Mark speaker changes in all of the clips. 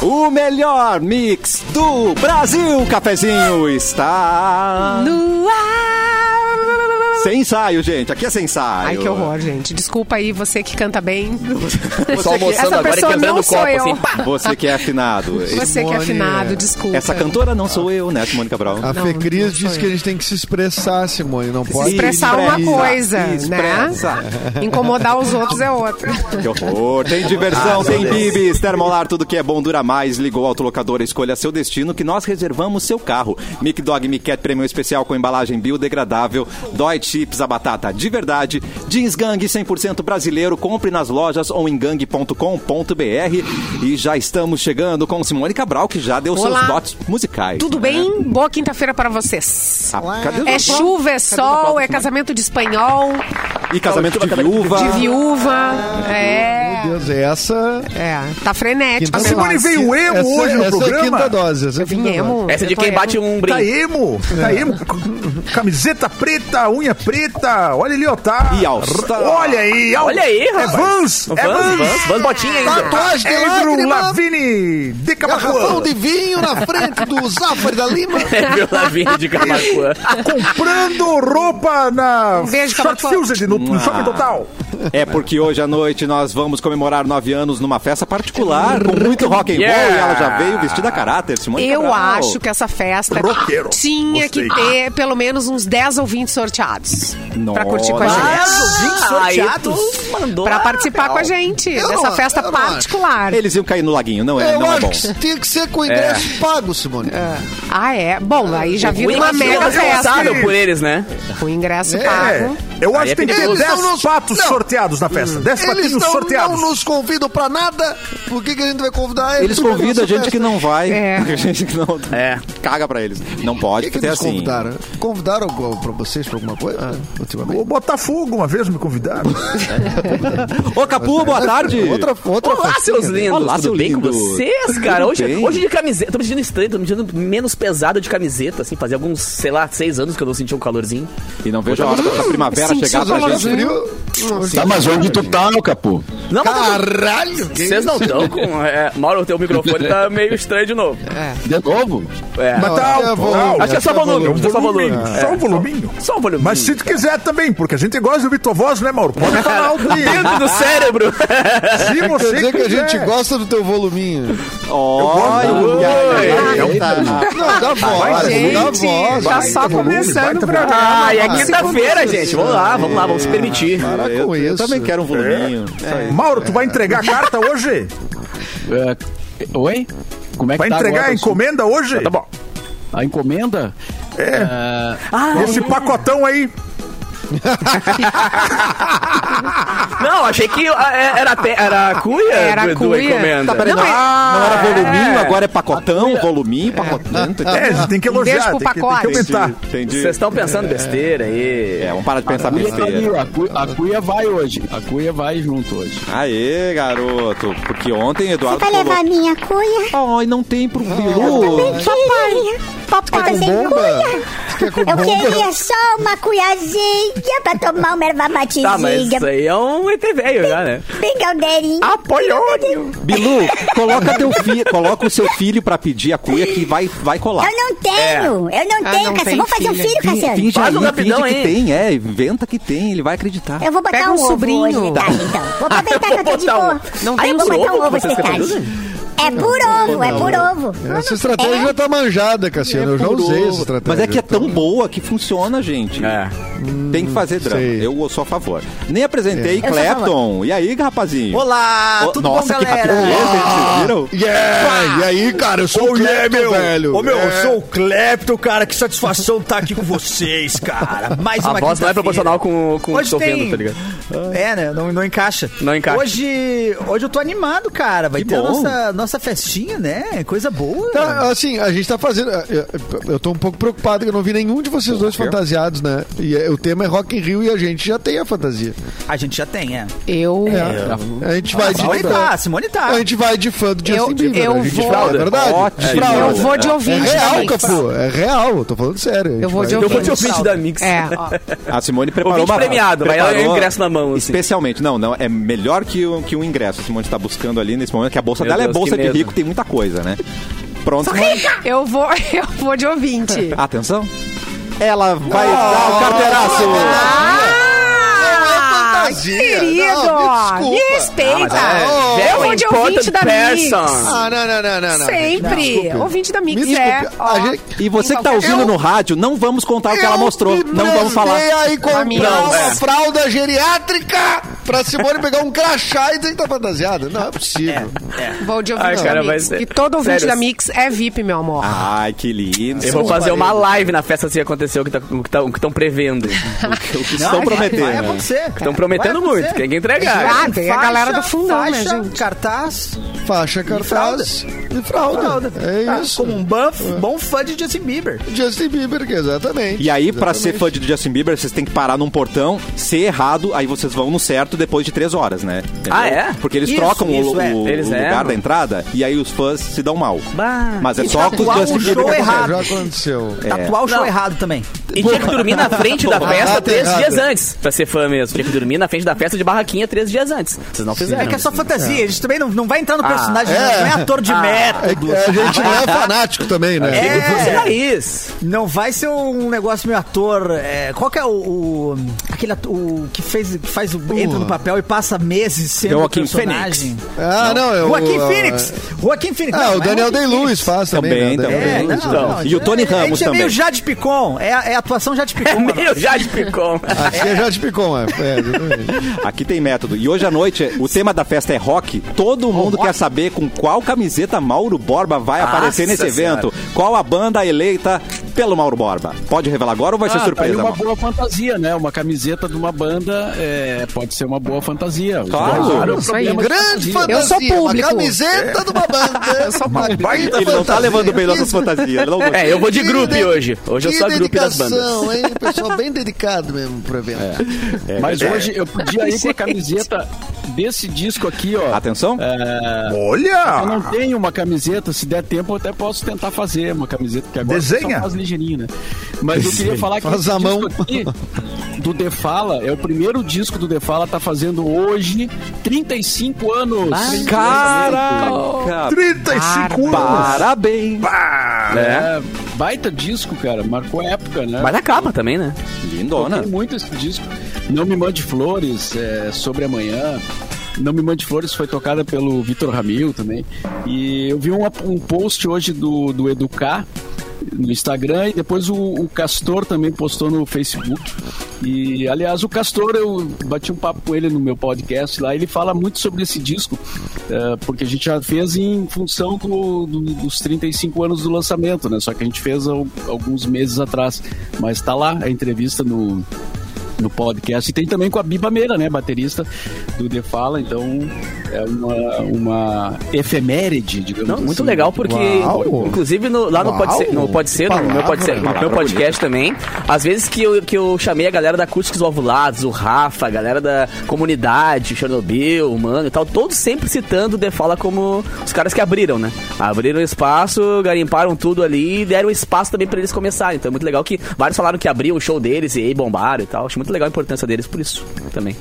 Speaker 1: O melhor mix do Brasil, cafezinho, está
Speaker 2: No ar!
Speaker 1: sem ensaio, gente. Aqui é sem ensaio.
Speaker 2: Ai, que horror, gente. Desculpa aí você que canta bem.
Speaker 1: Você
Speaker 3: Só
Speaker 1: que-
Speaker 3: almoçando
Speaker 2: essa
Speaker 3: agora e
Speaker 2: pessoa
Speaker 3: quebrando
Speaker 2: não
Speaker 3: o copo,
Speaker 2: sou eu.
Speaker 3: assim, pá!
Speaker 1: Você que é afinado.
Speaker 2: Você que é
Speaker 4: Simone,
Speaker 2: afinado,
Speaker 4: é.
Speaker 2: desculpa.
Speaker 1: Essa cantora não sou eu, né, Simone Cabral?
Speaker 2: Não,
Speaker 4: A
Speaker 2: não
Speaker 4: Fecris
Speaker 2: sou
Speaker 4: disse
Speaker 2: eu.
Speaker 4: que a gente tem que se expressar, Simone. Não pode
Speaker 2: Expressar uma
Speaker 1: Expressa,
Speaker 2: coisa, né?
Speaker 1: expressa.
Speaker 2: Incomodar os outros é outra.
Speaker 1: Que horror. Tem diversão, tem bibis, termolar, tudo que é bom dura mais. Ligou o autolocador, escolha seu destino que nós reservamos seu carro. Mic Dog Mic Cat Premium Especial com embalagem biodegradável. Dói Chips, a batata de verdade. Jeans Gang 100% brasileiro. Compre nas lojas ou em gang.com.br. E já estamos chegando com Simone Cabral, que já deu
Speaker 2: Olá.
Speaker 1: seus dotes musicais.
Speaker 2: Tudo
Speaker 1: né?
Speaker 2: bem? Boa quinta-feira para vocês.
Speaker 1: Ah, cadê os
Speaker 2: É
Speaker 1: aplausos?
Speaker 2: chuva, é
Speaker 1: Cadê
Speaker 3: Tá
Speaker 1: os aplausos,
Speaker 2: sol, é
Speaker 1: Simone?
Speaker 2: casamento de espanhol,
Speaker 1: E casamento de viúva.
Speaker 3: Ah.
Speaker 2: de viúva.
Speaker 4: Meu
Speaker 2: É.
Speaker 4: Deus, essa.
Speaker 2: É, tá frenético.
Speaker 4: Quinta
Speaker 2: a
Speaker 4: dose.
Speaker 5: Simone
Speaker 2: negócio.
Speaker 5: veio emo
Speaker 4: essa,
Speaker 5: hoje no
Speaker 4: essa
Speaker 5: programa?
Speaker 4: É quinta dose, essa é quinta dose.
Speaker 2: Viemos,
Speaker 3: Essa de
Speaker 2: eu tô
Speaker 3: quem
Speaker 2: emo.
Speaker 3: bate um
Speaker 5: Tá
Speaker 3: brinde.
Speaker 5: emo,
Speaker 4: É.
Speaker 5: tá emo. Camiseta preta, unha preta. Olha ali, ó, tá.
Speaker 1: E All Star.
Speaker 5: Olha aí, ó.
Speaker 3: Olha aí,
Speaker 5: É
Speaker 3: rapaz.
Speaker 5: Vans, é
Speaker 3: Vans, Vans, Vans, botinha ainda.
Speaker 4: Tatuagem de
Speaker 5: Evro
Speaker 4: lágrima,
Speaker 5: Lavigne, de
Speaker 4: garrafão
Speaker 5: Capacuã.
Speaker 4: de vinho na frente do Zafari da Lima.
Speaker 3: Viu lá vindo de Camacuã.
Speaker 5: Comprando roupa na
Speaker 2: Um beijo,
Speaker 5: Shop
Speaker 2: Capacuã.
Speaker 5: Fused, no,
Speaker 4: Ah.
Speaker 5: no Shopping Total.
Speaker 1: É porque hoje à noite nós vamos comemorar nove anos numa festa particular com muito rock and roll
Speaker 3: Yeah.
Speaker 1: e ela já veio vestida a caráter, Simone
Speaker 2: Eu
Speaker 1: Cabral.
Speaker 2: acho que essa festa
Speaker 5: Roqueiro.
Speaker 2: tinha
Speaker 5: Gostei.
Speaker 2: que ter pelo menos uns 10 ouvintes sorteados
Speaker 1: Nossa.
Speaker 2: pra curtir com a gente.
Speaker 3: Ah, Aí tu Ah, mandou.
Speaker 2: Pra
Speaker 3: a-
Speaker 2: participar com a gente
Speaker 4: Eu
Speaker 2: dessa
Speaker 4: não-
Speaker 2: festa
Speaker 4: eu não acho.
Speaker 2: particular.
Speaker 1: Eles iam cair no laguinho, não é?
Speaker 4: Eu
Speaker 1: não é
Speaker 4: acho
Speaker 1: bom.
Speaker 4: que tinha que ser com ingresso pago, Simone.
Speaker 2: Ah, é? Bom, aí já vira
Speaker 3: Ruim assim, é
Speaker 2: uma
Speaker 3: que foi
Speaker 2: mega festa.
Speaker 3: responsável por eles, né?
Speaker 2: O ingresso pago.
Speaker 5: É, eu
Speaker 3: Aí
Speaker 5: acho
Speaker 3: é
Speaker 5: que tem que ter
Speaker 4: perigoso. Ah, Eles
Speaker 5: 10
Speaker 4: não nos-
Speaker 5: patos
Speaker 4: não.
Speaker 5: sorteados na festa. 10
Speaker 4: Eles
Speaker 5: patinhos
Speaker 4: não,
Speaker 5: sorteados.
Speaker 4: não nos convidam pra nada. Por que, que a gente vai convidar É
Speaker 1: Eles
Speaker 4: eles?
Speaker 1: convidam a gente que não vai,
Speaker 2: É.
Speaker 1: a gente que não
Speaker 3: É.
Speaker 1: caga pra eles. Não pode,
Speaker 4: Que que
Speaker 1: porque é
Speaker 4: eles
Speaker 1: assim.
Speaker 4: convidaram? Convidaram algum- pra vocês pra alguma coisa? ultimamente?
Speaker 5: O Botafogo uma vez me convidaram.
Speaker 1: Ô Capu, boa tarde.
Speaker 4: Outra, outra
Speaker 3: Olá,
Speaker 4: festinha,
Speaker 3: seus
Speaker 4: né?
Speaker 3: lindos.
Speaker 1: Olá,
Speaker 3: Tudo
Speaker 1: seu
Speaker 3: bem
Speaker 1: lindo.
Speaker 3: com vocês, cara?
Speaker 1: Tudo
Speaker 3: Hoje,
Speaker 1: bem.
Speaker 3: hoje de camiseta. Tô me sentindo estranho, tô me sentindo menos pesado de camiseta, assim. Fazia alguns, sei lá, seis anos que eu não sentia um calorzinho.
Speaker 1: E não vejo a hora dessa primavera
Speaker 2: senti
Speaker 1: chegar
Speaker 2: os
Speaker 1: pra
Speaker 2: olhos
Speaker 1: gente.
Speaker 6: Tá, mas onde tu tá, meu capu?
Speaker 3: Não, mas eu-
Speaker 4: Caralho! que
Speaker 3: vocês não
Speaker 4: isso?
Speaker 3: estão com. É, Mauro, o teu microfone tá meio estranho de novo.
Speaker 6: De novo?
Speaker 3: É.
Speaker 4: Não,
Speaker 5: tá
Speaker 4: até
Speaker 5: alto,
Speaker 4: vou-
Speaker 5: tá alto.
Speaker 3: Acho que é só volume,
Speaker 5: É um
Speaker 3: acho que é só
Speaker 5: voluminho,
Speaker 3: volume.
Speaker 5: Só
Speaker 3: É.
Speaker 5: um voluminho.
Speaker 3: Só o volume.
Speaker 5: Mas
Speaker 4: Hum, tá.
Speaker 5: se tu quiser também, porque a gente gosta de ouvir tua voz, né, Mauro? Pode falar alto aí.
Speaker 3: Tá Dentro do cérebro.
Speaker 5: Se
Speaker 4: Quer
Speaker 5: você
Speaker 4: dizer que a
Speaker 5: quiser.
Speaker 4: gente gosta do teu voluminho.
Speaker 1: Olha,
Speaker 4: Não, dá voz, dá
Speaker 2: gente,
Speaker 4: voz.
Speaker 2: tá
Speaker 4: vai,
Speaker 2: só
Speaker 4: volume, vai,
Speaker 2: começando o
Speaker 4: tá
Speaker 2: programa.
Speaker 3: Ai, é
Speaker 2: Vai se
Speaker 3: quinta-feira,
Speaker 2: conduzir.
Speaker 3: gente. Vamos lá, vamos lá,
Speaker 1: É.
Speaker 3: vamos se permitir.
Speaker 4: Para
Speaker 1: eu,
Speaker 4: com
Speaker 1: eu
Speaker 4: isso.
Speaker 1: também quero um voluminho.
Speaker 5: É Mauro, tu vai entregar a carta hoje?
Speaker 6: É, oi? Como é que
Speaker 5: Vai
Speaker 6: tá
Speaker 5: entregar
Speaker 6: agora,
Speaker 5: a encomenda hoje? Tá bom.
Speaker 6: A encomenda?
Speaker 2: Ah.
Speaker 5: Esse pacotão aí.
Speaker 3: Não, achei que ah, é, era, te- era a cuia
Speaker 2: Era a
Speaker 3: do, do
Speaker 2: cuia.
Speaker 3: encomenda.
Speaker 1: Tá, peraí,
Speaker 2: Não,
Speaker 1: não,
Speaker 2: mas-
Speaker 1: não era voluminho, agora é pacotão, voluminho, pacotão.
Speaker 5: É, a gente tem que
Speaker 2: beijo
Speaker 5: elogiar,
Speaker 2: pro
Speaker 5: tem que, tem que
Speaker 2: pacote.
Speaker 5: aumentar.
Speaker 1: Entendi.
Speaker 3: Vocês estão pensando besteira aí. um-
Speaker 1: É, vamos parar de pensar
Speaker 6: A cuia, tá ali,
Speaker 1: besteira.
Speaker 6: a, cuia, a cuia vai hoje. A cuia vai junto hoje.
Speaker 1: Aê, garoto. Porque ontem, Eduardo.
Speaker 7: Vai
Speaker 1: colocou-
Speaker 7: levar a minha cuia?
Speaker 1: Ai, não tem pro
Speaker 7: Ah, é
Speaker 1: Bilu.
Speaker 7: Papai, papai
Speaker 4: com
Speaker 7: sem
Speaker 4: bomba?
Speaker 7: cuia.
Speaker 4: Quer com
Speaker 3: um
Speaker 7: Eu
Speaker 4: bomba?
Speaker 7: queria só uma cuiazinha pra tomar uma erva matezinha.
Speaker 3: Tá, mas isso aí Ah. é um ET velho já, né?
Speaker 7: Pingar o dedinho.
Speaker 3: Apolônio!
Speaker 1: Bilu, coloca, teu fi... coloca o seu filho pra pedir a cuia que vai, vai colar.
Speaker 7: Eu não tenho,
Speaker 3: É.
Speaker 7: eu
Speaker 2: Ah,
Speaker 7: não tenho,
Speaker 2: não tem
Speaker 7: Cassiano. Vou fazer um
Speaker 2: filho.
Speaker 7: filho,
Speaker 1: Fin-
Speaker 7: Cassiano.
Speaker 1: Finge
Speaker 3: Faz um
Speaker 1: aí,
Speaker 3: rapidão
Speaker 1: finge
Speaker 3: aí.
Speaker 1: que tem, é, inventa que tem, ele vai acreditar.
Speaker 7: Eu vou botar
Speaker 2: Pega um
Speaker 7: um, ovo
Speaker 2: sobrinho.
Speaker 7: hoje de tarde, então. Vou aproveitar que eu tô de
Speaker 3: Tá. Botar um-
Speaker 7: boa.
Speaker 3: Não
Speaker 7: Aí
Speaker 3: tem
Speaker 7: eu vou
Speaker 3: um
Speaker 7: botar
Speaker 3: ovo
Speaker 7: um
Speaker 3: que
Speaker 7: ovo de
Speaker 3: vocês
Speaker 7: tarde. É por ovo, é por ovo. É?
Speaker 4: Essa
Speaker 3: é
Speaker 4: estratégia já tá manjada, Cassiano. Eu já usei essa estratégia.
Speaker 1: Mas é que é tão boa que funciona, gente.
Speaker 3: É.
Speaker 1: Tem que fazer drama.
Speaker 4: sei.
Speaker 1: Eu sou a favor. Nem apresentei
Speaker 7: sou a
Speaker 1: Clapton. E aí, rapazinho?
Speaker 3: Ah,
Speaker 8: Olá,
Speaker 1: Ô,
Speaker 8: tudo
Speaker 1: Nossa,
Speaker 8: bom,
Speaker 1: que
Speaker 8: galera?
Speaker 3: É.
Speaker 1: rapidez, gente, vocês viram?
Speaker 4: Ah, Yeah! E aí, cara, eu sou o
Speaker 8: yeah,
Speaker 4: Clepton, velho.
Speaker 8: Ô, meu, eu
Speaker 4: É.
Speaker 8: sou o Clepton, cara. Que satisfação estar aqui com vocês, cara. Mais
Speaker 3: A voz não é
Speaker 8: uma quinta-feira.
Speaker 3: proporcional com, com o que
Speaker 8: Hoje
Speaker 3: tô
Speaker 8: tem...
Speaker 3: vendo, tá ligado?
Speaker 8: É, né? Não, não encaixa.
Speaker 3: Não encaixa.
Speaker 8: Hoje, hoje eu tô animado, cara. Vai
Speaker 1: Que
Speaker 8: ter a
Speaker 1: bom.
Speaker 8: nossa, nossa festinha, né? Coisa boa.
Speaker 4: Tá, assim, a gente tá fazendo. Eu, eu tô um pouco preocupado que eu não vi nenhum de vocês dois fantasiados, né? E é, o tema é Rock in Rio e a gente já tem a fantasia. É.
Speaker 8: A gente já tem, é.
Speaker 2: Eu.
Speaker 4: A gente vai de.
Speaker 8: Simone tá, Simone tá.
Speaker 4: A gente vai de fã do Justin
Speaker 2: Eu-
Speaker 4: Bieber.
Speaker 2: eu
Speaker 4: a gente
Speaker 2: vou-
Speaker 4: fala, é verdade.
Speaker 1: Ótimo.
Speaker 4: Fralda.
Speaker 2: Eu vou de
Speaker 4: É
Speaker 2: ouvinte.
Speaker 4: real,
Speaker 2: também.
Speaker 4: Capu. É real. eu Tô falando sério. a gente
Speaker 2: Eu vou
Speaker 4: vai-
Speaker 2: de
Speaker 3: Eu vou te
Speaker 2: ouvinte.
Speaker 3: ouvinte da Mix.
Speaker 2: É, ó.
Speaker 1: A Simone preparou
Speaker 3: Ouvinte
Speaker 1: uma...
Speaker 3: premiado, vai lá
Speaker 1: preparou-
Speaker 3: eu ingresso na mão, assim.
Speaker 1: Especialmente, não, não, é melhor que o, que o ingresso. A Simone está buscando ali nesse momento, que a bolsa
Speaker 3: Meu
Speaker 1: dela é
Speaker 3: Deus,
Speaker 1: bolsa
Speaker 3: que
Speaker 1: de
Speaker 3: medo.
Speaker 1: rico, tem muita coisa, né? Pronto, Simone?
Speaker 2: Eu vou, eu vou de ouvinte.
Speaker 1: atenção. Ela vai dar o carteiraço.
Speaker 2: Ah,
Speaker 4: fantasia.
Speaker 2: querido!
Speaker 4: Não, me
Speaker 2: me,
Speaker 4: desculpa.
Speaker 2: respeita!
Speaker 4: Ah,
Speaker 3: mas é-
Speaker 2: eu vou de
Speaker 3: Very
Speaker 2: ouvinte da Mix.
Speaker 3: important person.
Speaker 4: Ah, não, não, não, não. não.
Speaker 2: Sempre!
Speaker 4: Desculpe.
Speaker 2: ouvinte da Mix
Speaker 4: Me
Speaker 2: é.
Speaker 4: desculpe.
Speaker 2: ó,
Speaker 4: A gente-
Speaker 1: E você que tá ouvindo no rádio, não vamos contar É o que ela
Speaker 4: Eu
Speaker 1: mostrou.
Speaker 4: me
Speaker 1: Não vamos falar.
Speaker 4: prestei a ir comprar
Speaker 2: Amigo.
Speaker 4: uma
Speaker 3: é.
Speaker 4: fralda geriátrica pra Simone pegar um crachá e dizer que tá fantasiada. Não é possível.
Speaker 2: Vou de ouvinte
Speaker 3: Ai,
Speaker 2: da
Speaker 3: cara, vai
Speaker 2: Mix.
Speaker 3: ser-
Speaker 2: E todo ouvinte
Speaker 3: Sério.
Speaker 2: da Mix é VIP, meu amor.
Speaker 1: Ai, que lindo.
Speaker 3: Eu vou fazer uma live na festa se acontecer o que estão prevendo.
Speaker 1: O que estão
Speaker 8: Vai
Speaker 1: prometendo.
Speaker 8: acontecer, cara.
Speaker 3: Estão prometendo
Speaker 8: Vai acontecer.
Speaker 3: muito, tem que entregar.
Speaker 8: é.
Speaker 2: Ah, tem a galera do fundão, né,
Speaker 8: faixa,
Speaker 2: gente?
Speaker 8: cartaz,
Speaker 4: Faixa, cartaz e fralda.
Speaker 8: fralda.
Speaker 4: É
Speaker 5: Tá,
Speaker 8: Ah,
Speaker 4: isso.
Speaker 8: Como um buff, bom fã de Justin Bieber.
Speaker 4: Justin Bieber, que exatamente.
Speaker 1: E aí, pra
Speaker 4: Exatamente.
Speaker 1: ser fã de Justin Bieber, vocês têm que parar num portão, ser errado, aí vocês vão no certo depois de três horas, né? Entendeu?
Speaker 3: Ah, é?
Speaker 1: Porque eles
Speaker 8: Isso,
Speaker 1: trocam o-
Speaker 8: isso,
Speaker 1: o,
Speaker 8: é.
Speaker 1: o
Speaker 3: Eles
Speaker 1: lugar
Speaker 3: erram.
Speaker 1: da entrada e aí os fãs se dão mal.
Speaker 3: Bah.
Speaker 1: Mas é
Speaker 8: E
Speaker 1: só com
Speaker 8: tatuar
Speaker 1: o Justin
Speaker 8: um
Speaker 1: Bieber.
Speaker 8: show
Speaker 1: que acontece.
Speaker 8: errado.
Speaker 4: É, Já aconteceu.
Speaker 8: Tatuar o show
Speaker 3: Não.
Speaker 8: errado também.
Speaker 3: E tinha que dormir na frente da festa
Speaker 4: errado,
Speaker 3: três
Speaker 4: errado.
Speaker 3: dias antes. Pra ser fã mesmo. Tinha que dormir na frente da festa de barraquinha três dias antes. Vocês não fizeram.
Speaker 8: É que é só fantasia, eles também não, não vai entrar no personagem,
Speaker 4: é.
Speaker 8: não, não é ator de
Speaker 4: É
Speaker 8: método.
Speaker 4: que a gente não é fanático também, né?
Speaker 3: Tem que
Speaker 8: É.
Speaker 3: fosse raiz.
Speaker 8: Não vai ser um negócio meio ator. é, qual que é o, o- aquele ator, o que fez que faz o entra no papel e passa meses sendo um
Speaker 1: Joaquim
Speaker 8: personagem?
Speaker 4: Ah, não, é o...
Speaker 8: Joaquim
Speaker 4: ah,
Speaker 8: Phoenix. Joaquim Phoenix.
Speaker 4: Ah,
Speaker 8: Não,
Speaker 4: o
Speaker 8: mas
Speaker 4: Daniel
Speaker 8: Joaquim
Speaker 4: Day-Lewis
Speaker 8: Phoenix.
Speaker 4: faz
Speaker 1: Também,
Speaker 4: também. né? O Daniel
Speaker 1: também.
Speaker 8: É, não,
Speaker 4: Day-Lewis,
Speaker 1: então.
Speaker 4: né?
Speaker 8: não,
Speaker 1: E o Tony
Speaker 8: é- a
Speaker 1: Ramos
Speaker 8: gente É
Speaker 1: também.
Speaker 8: meio Jade Picon, é, a- é a atuação Jade Picon.
Speaker 3: É meio Jade Picon.
Speaker 4: Aqui é Jade Picon, é. É, exatamente.
Speaker 1: Aqui tem método. E hoje à noite, o tema da festa é rock. Todo mundo quer saber com qual camiseta Mauro Borba vai
Speaker 3: Nossa
Speaker 1: aparecer nesse
Speaker 3: Senhora.
Speaker 1: evento. Qual a banda eleita pelo Mauro Borba? Pode revelar agora ou vai ser
Speaker 6: tá aí
Speaker 1: surpresa?
Speaker 6: uma
Speaker 1: Mauro?
Speaker 6: boa fantasia, né? Uma camiseta de uma banda é, pode ser uma boa fantasia. Os
Speaker 1: Claro,
Speaker 6: dois
Speaker 1: claro,
Speaker 6: eram
Speaker 2: isso aí.
Speaker 6: problemas de
Speaker 4: Grande fantasia.
Speaker 6: fantasia.
Speaker 2: Eu sou público.
Speaker 4: Uma camiseta de uma banda. É. Eu sou público.
Speaker 1: Ele não tá levando bem nossas fantasias. ele não gosta.
Speaker 3: É, eu vou de grupo hoje.
Speaker 4: é
Speaker 3: Hoje eu sou a grupo das bandas.
Speaker 4: hein? Pessoal bem dedicado mesmo pro evento.
Speaker 6: Mas hoje eu podia ir com a camiseta desse disco aqui, ó.
Speaker 1: Atenção?
Speaker 6: Eu não
Speaker 5: Olha!
Speaker 6: tenho uma camiseta, se der tempo eu até posso tentar fazer uma camiseta, que agora
Speaker 5: Desenha.
Speaker 6: só faz ligeirinho, né? Mas eu queria falar que
Speaker 4: Faz
Speaker 6: esse
Speaker 4: a mão.
Speaker 6: disco aqui do The Fala, é o primeiro disco do The Fala, tá fazendo hoje 35 anos.
Speaker 1: Caraca!
Speaker 5: 35 anos!
Speaker 1: Parabéns!
Speaker 5: Pá!
Speaker 3: É.
Speaker 6: É, baita disco, cara, marcou época, né?
Speaker 3: Mas na capa também, né?
Speaker 1: Lindona.
Speaker 6: Tem muito esse disco. Não Me Mande Flores, é, Sobre Amanhã. Não Me Mande Flores foi tocada pelo Vitor Ramil também. E eu vi um, um post hoje do, do Educar no Instagram e depois o, o Castor também postou no Facebook. E, aliás, o Castor, eu bati um papo com ele no meu podcast lá. Ele fala muito sobre esse disco, é, porque a gente já fez em função do- do- dos 35 anos do lançamento, né? Só que a gente fez al- alguns meses atrás. Mas tá lá a entrevista no, no podcast. E tem também com a Biba Meira, né? Baterista do The Fala. Então é uma, uma efeméride, digamos
Speaker 3: Não,
Speaker 6: assim.
Speaker 3: muito legal, porque,
Speaker 4: Uau!
Speaker 3: inclusive, no- lá no pode ser, no pode ser, no meu pode ser, no meu podcast também, às vezes que eu, que eu chamei a galera da Acústicos Ovulados, o Rafa, a galera da comunidade, Chernobyl, mano e tal, todos sempre citando o The Fala como os caras que abriram, né? Abriram espaço, garimparam tudo ali e deram espaço também pra eles começarem. Então é muito legal que vários falaram que abriam o show deles e aí bombaram e tal. Acho muito legal a importância deles por isso né, também.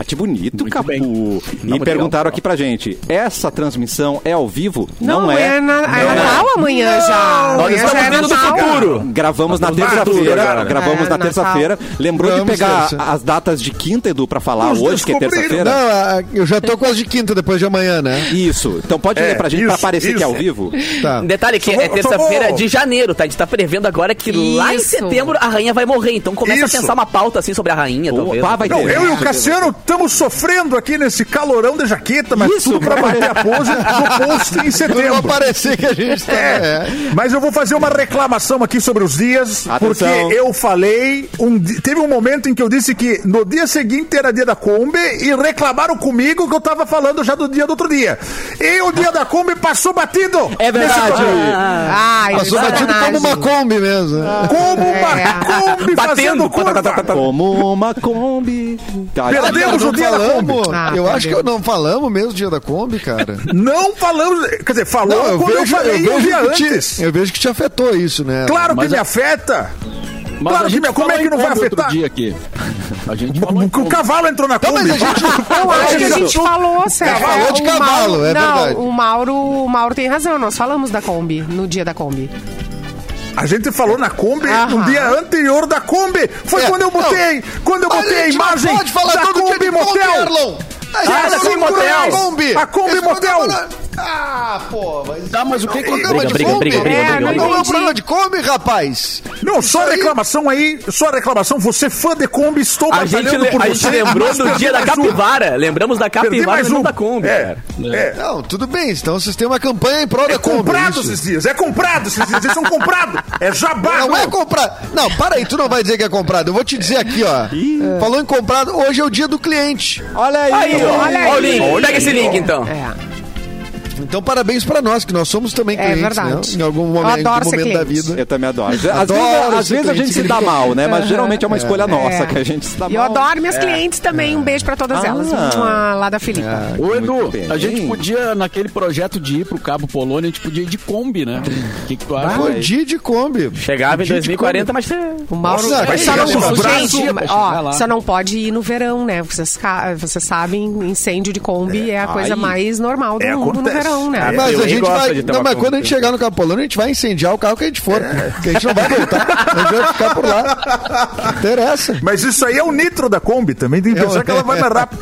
Speaker 1: Ah, que bonito,
Speaker 6: Muito
Speaker 1: Capu.
Speaker 6: bem.
Speaker 1: E
Speaker 3: muito
Speaker 1: perguntaram
Speaker 3: legal.
Speaker 1: aqui pra gente: essa transmissão é ao vivo? Não,
Speaker 2: é,
Speaker 1: é. Ah,
Speaker 2: na, é Natal amanhã já.
Speaker 3: Nós
Speaker 2: Amanhã já
Speaker 3: estamos
Speaker 2: é
Speaker 3: vendo do
Speaker 2: Natal.
Speaker 3: futuro.
Speaker 1: Gravamos na
Speaker 3: Nós vamos lá,
Speaker 1: terça-feira. Gravamos
Speaker 3: tudo,
Speaker 2: É,
Speaker 1: na
Speaker 2: Natal.
Speaker 1: terceiro. terça-feira. Lembrou de
Speaker 4: Vamos
Speaker 1: pegar
Speaker 4: terça.
Speaker 1: as datas de quinta, Edu, pra falar
Speaker 5: Nos
Speaker 1: hoje, que é
Speaker 5: descobriram.
Speaker 1: terça-feira?
Speaker 4: Não, a- eu já tô quase de quinta depois de amanhã, né?
Speaker 1: Isso. Então pode ler
Speaker 5: É,
Speaker 1: pra gente pra
Speaker 5: isso,
Speaker 1: aparecer que é
Speaker 5: isso.
Speaker 1: ao vivo?
Speaker 4: Tá.
Speaker 3: Detalhe que
Speaker 5: Só vou-
Speaker 3: é terça-feira
Speaker 5: só vou-
Speaker 3: de janeiro, tá? A gente tá prevendo agora que lá em
Speaker 2: Isso.
Speaker 3: setembro a rainha vai morrer. Então começa
Speaker 5: Isso.
Speaker 3: a pensar uma pauta assim sobre a rainha, talvez. é
Speaker 1: Opa, vai
Speaker 5: Não,
Speaker 1: ter.
Speaker 5: eu e o Cassiano estamos sofrendo aqui nesse calorão da jaqueta, mas
Speaker 1: Isso,
Speaker 5: tudo pra bater a pose do post em
Speaker 4: Não
Speaker 5: setembro.
Speaker 4: aparecer que a gente tá.
Speaker 5: É,
Speaker 4: É.
Speaker 5: mas eu vou fazer uma reclamação aqui sobre os dias,
Speaker 1: Atenção.
Speaker 5: porque eu falei, um di- teve um momento em que eu disse que no dia seguinte era dia da Kombi e reclamaram comigo que eu tava falando já do dia do outro dia. E o dia da Kombi passou batido.
Speaker 1: É verdade.
Speaker 2: Ai,
Speaker 4: Passou batido Tá como uma Kombi mesmo. né?
Speaker 5: Como uma
Speaker 2: É.
Speaker 5: Kombi fazendo
Speaker 3: Batendo.
Speaker 1: tá,
Speaker 5: curva.
Speaker 1: Como uma Kombi. Tá,
Speaker 5: Perdeu. Tá Deus, o dia da
Speaker 4: falamos.
Speaker 2: Kombi.
Speaker 4: eu
Speaker 2: Ah,
Speaker 4: acho que
Speaker 2: Deus.
Speaker 4: eu não falamos mesmo dia da Kombi, cara.
Speaker 5: Não falamos, quer dizer, falou
Speaker 4: Não, eu
Speaker 5: quando eu
Speaker 4: vejo,
Speaker 5: falei
Speaker 4: eu
Speaker 5: um dia
Speaker 4: vejo que
Speaker 5: antes.
Speaker 4: te, eu vejo que te afetou isso, né?
Speaker 5: Claro que
Speaker 6: Mas
Speaker 5: me
Speaker 6: a-
Speaker 5: afeta.
Speaker 6: Mas
Speaker 5: Claro
Speaker 6: a
Speaker 5: que
Speaker 6: gente
Speaker 5: não, como é
Speaker 6: falou
Speaker 5: que
Speaker 6: em
Speaker 5: não vai
Speaker 6: Kombi
Speaker 5: afetar?
Speaker 6: Outro dia aqui. A gente falou em
Speaker 5: O, o
Speaker 6: Kombi.
Speaker 5: cavalo entrou na Kombi.
Speaker 4: mas a gente
Speaker 5: Tá
Speaker 2: Eu acho que a gente falou, Sérgio.
Speaker 4: Cavalo
Speaker 2: É,
Speaker 4: de
Speaker 2: o
Speaker 4: cavalo,
Speaker 2: Mauro-
Speaker 4: é
Speaker 2: não,
Speaker 4: verdade.
Speaker 2: O Mauro, o Mauro tem razão. Nós falamos da Kombi, no dia da Kombi.
Speaker 5: A gente falou na Kombi
Speaker 2: Aham.
Speaker 5: no dia anterior da Kombi. Foi
Speaker 4: É,
Speaker 5: quando eu
Speaker 4: não.
Speaker 5: botei, quando eu
Speaker 4: A
Speaker 5: botei a,
Speaker 4: gente não
Speaker 5: imagem
Speaker 4: pode falar
Speaker 5: da
Speaker 4: todo dia
Speaker 5: Kombi
Speaker 4: de Kombi,
Speaker 5: Motel.
Speaker 4: Erlon. é A gente
Speaker 5: Ah, da Kombi
Speaker 4: segura
Speaker 5: Motel. A Kombi
Speaker 4: Esse
Speaker 5: Motel.
Speaker 4: programa não- Ah, pô, mas...
Speaker 6: Tá, mas o que que-
Speaker 4: Programa
Speaker 3: Briga,
Speaker 4: de
Speaker 3: briga,
Speaker 4: Kombi?
Speaker 3: briga, briga,
Speaker 2: É, briga, não briga.
Speaker 4: Não é um
Speaker 2: entendi.
Speaker 4: programa de Kombi, rapaz?
Speaker 5: Não, só
Speaker 4: Isso aí-
Speaker 5: reclamação aí, só reclamação. Você fã de Kombi, estou
Speaker 3: A gente,
Speaker 5: batalhando
Speaker 3: le-
Speaker 5: por
Speaker 3: a
Speaker 5: você.
Speaker 3: gente lembrou
Speaker 5: mas
Speaker 3: do
Speaker 5: perdi
Speaker 3: dia da
Speaker 5: mais um.
Speaker 3: capivara. Lembramos da
Speaker 5: Perdi
Speaker 3: capivara
Speaker 5: mais
Speaker 3: e não
Speaker 5: um.
Speaker 3: da Kombi,
Speaker 5: é,
Speaker 3: cara.
Speaker 5: é.
Speaker 4: Não, tudo bem, então vocês têm uma campanha em prol
Speaker 5: É
Speaker 4: da Kombi.
Speaker 5: comprado
Speaker 4: isso.
Speaker 5: esses dias, é comprado esses dias, eles são comprados, é jabá.
Speaker 4: Não é
Speaker 5: meu.
Speaker 4: comprado. Não, para aí, tu não vai dizer que é comprado. Eu vou te dizer aqui, ó. Falou em comprado, hoje é o dia do cliente.
Speaker 1: Olha aí,
Speaker 3: Aí, ó.
Speaker 2: Olha
Speaker 3: Olha o
Speaker 2: aí.
Speaker 3: link. Pega esse link, então.
Speaker 2: É.
Speaker 4: Então parabéns pra nós, que nós somos também
Speaker 2: É
Speaker 4: clientes,
Speaker 2: verdade.
Speaker 4: né? Em algum
Speaker 2: Eu
Speaker 4: momento, em algum
Speaker 2: adoro ser
Speaker 4: momento da
Speaker 2: cliente.
Speaker 4: vida.
Speaker 1: Eu também adoro. Às vezes-
Speaker 4: Adoro
Speaker 1: às
Speaker 4: esse
Speaker 1: vezes a gente se dá
Speaker 4: cliente.
Speaker 1: mal, né? Mas geralmente é uma escolha nossa
Speaker 2: É.
Speaker 1: que a gente se dá
Speaker 2: E eu
Speaker 1: mal.
Speaker 2: adoro minhas clientes também. Um beijo pra todas
Speaker 1: Ah.
Speaker 2: elas. Uma lá da Filipa.
Speaker 6: Ô Edu,
Speaker 1: Muito bem.
Speaker 6: a gente podia, naquele projeto de ir pro Cabo Polônia, a gente podia ir de Kombi, né? O que, que tu acha?
Speaker 4: Ah, o dia de Kombi.
Speaker 3: Chegava em
Speaker 4: Dia de
Speaker 3: 2040, mas...
Speaker 2: O Mauro
Speaker 4: Nossa, vai
Speaker 2: só
Speaker 4: chegar
Speaker 2: não,
Speaker 4: com os
Speaker 6: braços
Speaker 2: gente,
Speaker 6: pra chegar
Speaker 2: ó,
Speaker 6: lá.
Speaker 2: só não pode ir no verão, né? Vocês, ca- vocês sabem, incêndio de Kombi é, a coisa mais normal do
Speaker 5: É,
Speaker 2: mundo
Speaker 5: acontece.
Speaker 2: no verão, né?
Speaker 4: Mas
Speaker 3: eu
Speaker 4: a
Speaker 3: nem
Speaker 4: gente
Speaker 3: gosto
Speaker 4: vai.
Speaker 3: de ter
Speaker 4: Não,
Speaker 3: uma
Speaker 4: mas
Speaker 3: Kombi.
Speaker 4: quando a gente chegar no Capolano, a gente vai incendiar o carro que a gente for. Porque a gente não vai voltar. A gente vai ficar por lá. Não Interessa.
Speaker 5: Mas isso aí é o nitro da Kombi também, tem que
Speaker 4: É
Speaker 5: pensar
Speaker 4: o-
Speaker 5: que ela vai mais rápido.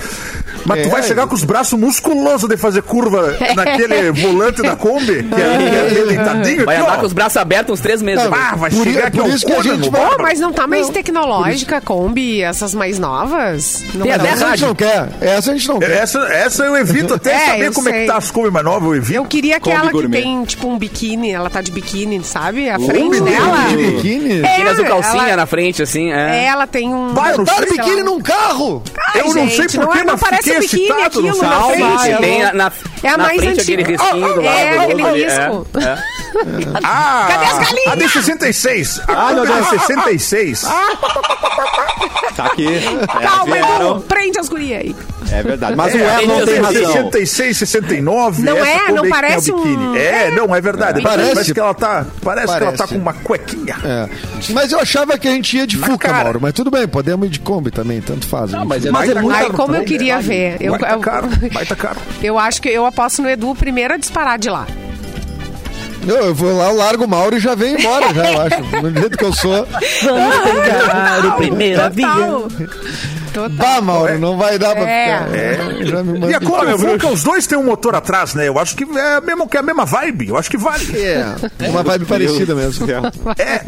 Speaker 5: Mas tu
Speaker 4: É,
Speaker 5: vai
Speaker 4: é.
Speaker 5: chegar com os braços musculosos de fazer curva naquele volante da Kombi, que é, que é aquele deitadinho
Speaker 3: Vai
Speaker 5: aqui,
Speaker 3: andar
Speaker 5: ó.
Speaker 3: com os braços abertos uns três meses.
Speaker 4: Não,
Speaker 3: né?
Speaker 5: Ah, vai
Speaker 4: Por i-
Speaker 5: chegar
Speaker 2: é
Speaker 5: aqui
Speaker 4: por
Speaker 5: ao
Speaker 4: isso que a
Speaker 5: corno,
Speaker 4: gente
Speaker 5: mano.
Speaker 4: vai-
Speaker 2: Pô, mas não tá mais tecnológica a Kombi, essas mais novas? Não
Speaker 3: Tem
Speaker 2: é
Speaker 3: a
Speaker 2: não.
Speaker 4: Essa a gente não quer. Essa a gente não quer.
Speaker 5: Essa, essa eu evito até
Speaker 2: É,
Speaker 5: saber
Speaker 2: eu
Speaker 5: como é
Speaker 2: sei.
Speaker 5: que tá as Kombi mais novas, eu evito.
Speaker 2: Eu queria
Speaker 1: Kombi
Speaker 2: aquela que
Speaker 1: gourmet.
Speaker 2: tem, tipo, um biquíni. Ela tá de biquíni, sabe? A frente
Speaker 5: Kombi
Speaker 2: dela.
Speaker 4: De biquíni?
Speaker 2: É,
Speaker 3: Tira azul calcinha
Speaker 2: ela-
Speaker 3: na frente, assim.
Speaker 2: É,
Speaker 3: É.
Speaker 2: ela tem um...
Speaker 5: Vai, eu não
Speaker 4: Botaram
Speaker 5: sei se
Speaker 4: biquíni
Speaker 2: ela-
Speaker 4: num carro?
Speaker 2: Ai,
Speaker 5: eu não sei
Speaker 2: gente,
Speaker 5: por
Speaker 2: não,
Speaker 5: que,
Speaker 2: é- não
Speaker 5: mas
Speaker 2: parece
Speaker 5: fiquei
Speaker 2: um biquíni
Speaker 5: excitado,
Speaker 2: aquilo
Speaker 5: não
Speaker 2: na
Speaker 5: sei.
Speaker 2: frente.
Speaker 3: E tem a- na,
Speaker 2: É a
Speaker 3: na
Speaker 2: mais
Speaker 3: frente
Speaker 2: antiga.
Speaker 3: aquele risquinho do lado.
Speaker 2: É,
Speaker 3: do
Speaker 2: aquele
Speaker 3: outro ali.
Speaker 2: risco.
Speaker 3: É, é.
Speaker 5: Ah,
Speaker 2: Cadê as galinhas?
Speaker 5: A D66. A
Speaker 1: Ah, meu
Speaker 5: Kombi
Speaker 1: Deus.
Speaker 5: D66.
Speaker 1: Tá aqui. Elas
Speaker 2: Calma,
Speaker 1: vieram.
Speaker 2: Edu. Prende as gurias aí.
Speaker 1: É verdade. Mas o
Speaker 5: É,
Speaker 1: Erlon
Speaker 5: não
Speaker 1: tem razão.
Speaker 5: 66, 69.
Speaker 2: Não
Speaker 5: essa
Speaker 2: é? Não
Speaker 5: Kombi aí que tem o
Speaker 2: parece um-
Speaker 5: biquíni. É, não, é verdade. Parece,
Speaker 4: Parece.
Speaker 5: que ela tá, parece, que ela tá
Speaker 4: Parece.
Speaker 5: com uma cuequinha.
Speaker 4: É. Mas eu achava que a gente ia de Fuca,
Speaker 5: cara.
Speaker 4: Mauro. Mas tudo bem, podemos ir de Kombi também, tanto faz.
Speaker 6: Ah,
Speaker 4: gente.
Speaker 6: mas é,
Speaker 5: Mas
Speaker 6: baita
Speaker 5: é muito-
Speaker 6: caro
Speaker 2: Ai, como eu
Speaker 6: também,
Speaker 2: queria
Speaker 6: né?
Speaker 2: ver. Eu,
Speaker 5: vai tá
Speaker 2: eu-
Speaker 5: caro, vai tá caro.
Speaker 2: eu acho que eu aposto no Edu primeiro a disparar de lá.
Speaker 4: Eu, eu vou lá, eu largo o Mauro e já venho embora, já, eu acho. Do jeito que eu sou.
Speaker 3: Claro, primeira via.
Speaker 2: É, Total. Total.
Speaker 4: Bah, Mauro, não vai dar pra
Speaker 2: É.
Speaker 4: ficar. Já me
Speaker 5: E
Speaker 4: manda-
Speaker 5: a Kombi, o Vulcan, os dois têm um motor atrás, né? Eu acho que é, mesmo, que é a mesma vibe. Eu acho que vale.
Speaker 4: É, uma vibe parecida mesmo.
Speaker 5: É.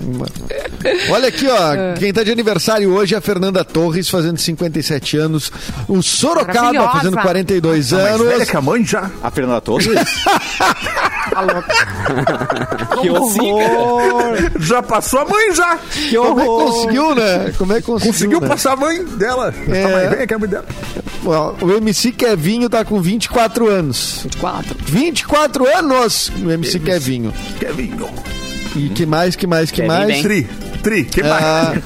Speaker 4: Olha aqui, ó. Quem tá de aniversário hoje é a Fernanda Torres, fazendo 57 anos. O Sorocaba,
Speaker 2: Maravilhosa.
Speaker 4: fazendo 42
Speaker 5: Mais velha
Speaker 4: anos.
Speaker 5: que a mãe já.
Speaker 1: A Fernanda Torres?
Speaker 2: Tá louco.
Speaker 1: que horror!
Speaker 5: Já passou a mãe já.
Speaker 1: Que
Speaker 4: Como é que
Speaker 1: horror!
Speaker 4: conseguiu, né? Como é que conseguiu?
Speaker 5: Conseguiu
Speaker 4: né?
Speaker 5: passar a mãe dela.
Speaker 4: É.
Speaker 5: Essa mãe velha que é a mãe dela.
Speaker 4: Ó, O MC Kevinho tá com 24 anos.
Speaker 2: 24.
Speaker 4: 24 anos! O MC Kevinho.
Speaker 5: Kevin.
Speaker 4: E que mais, que mais, que
Speaker 3: Kevin
Speaker 4: mais?
Speaker 3: bem.
Speaker 5: Tri. Tri. Que
Speaker 4: Ah,
Speaker 5: mais?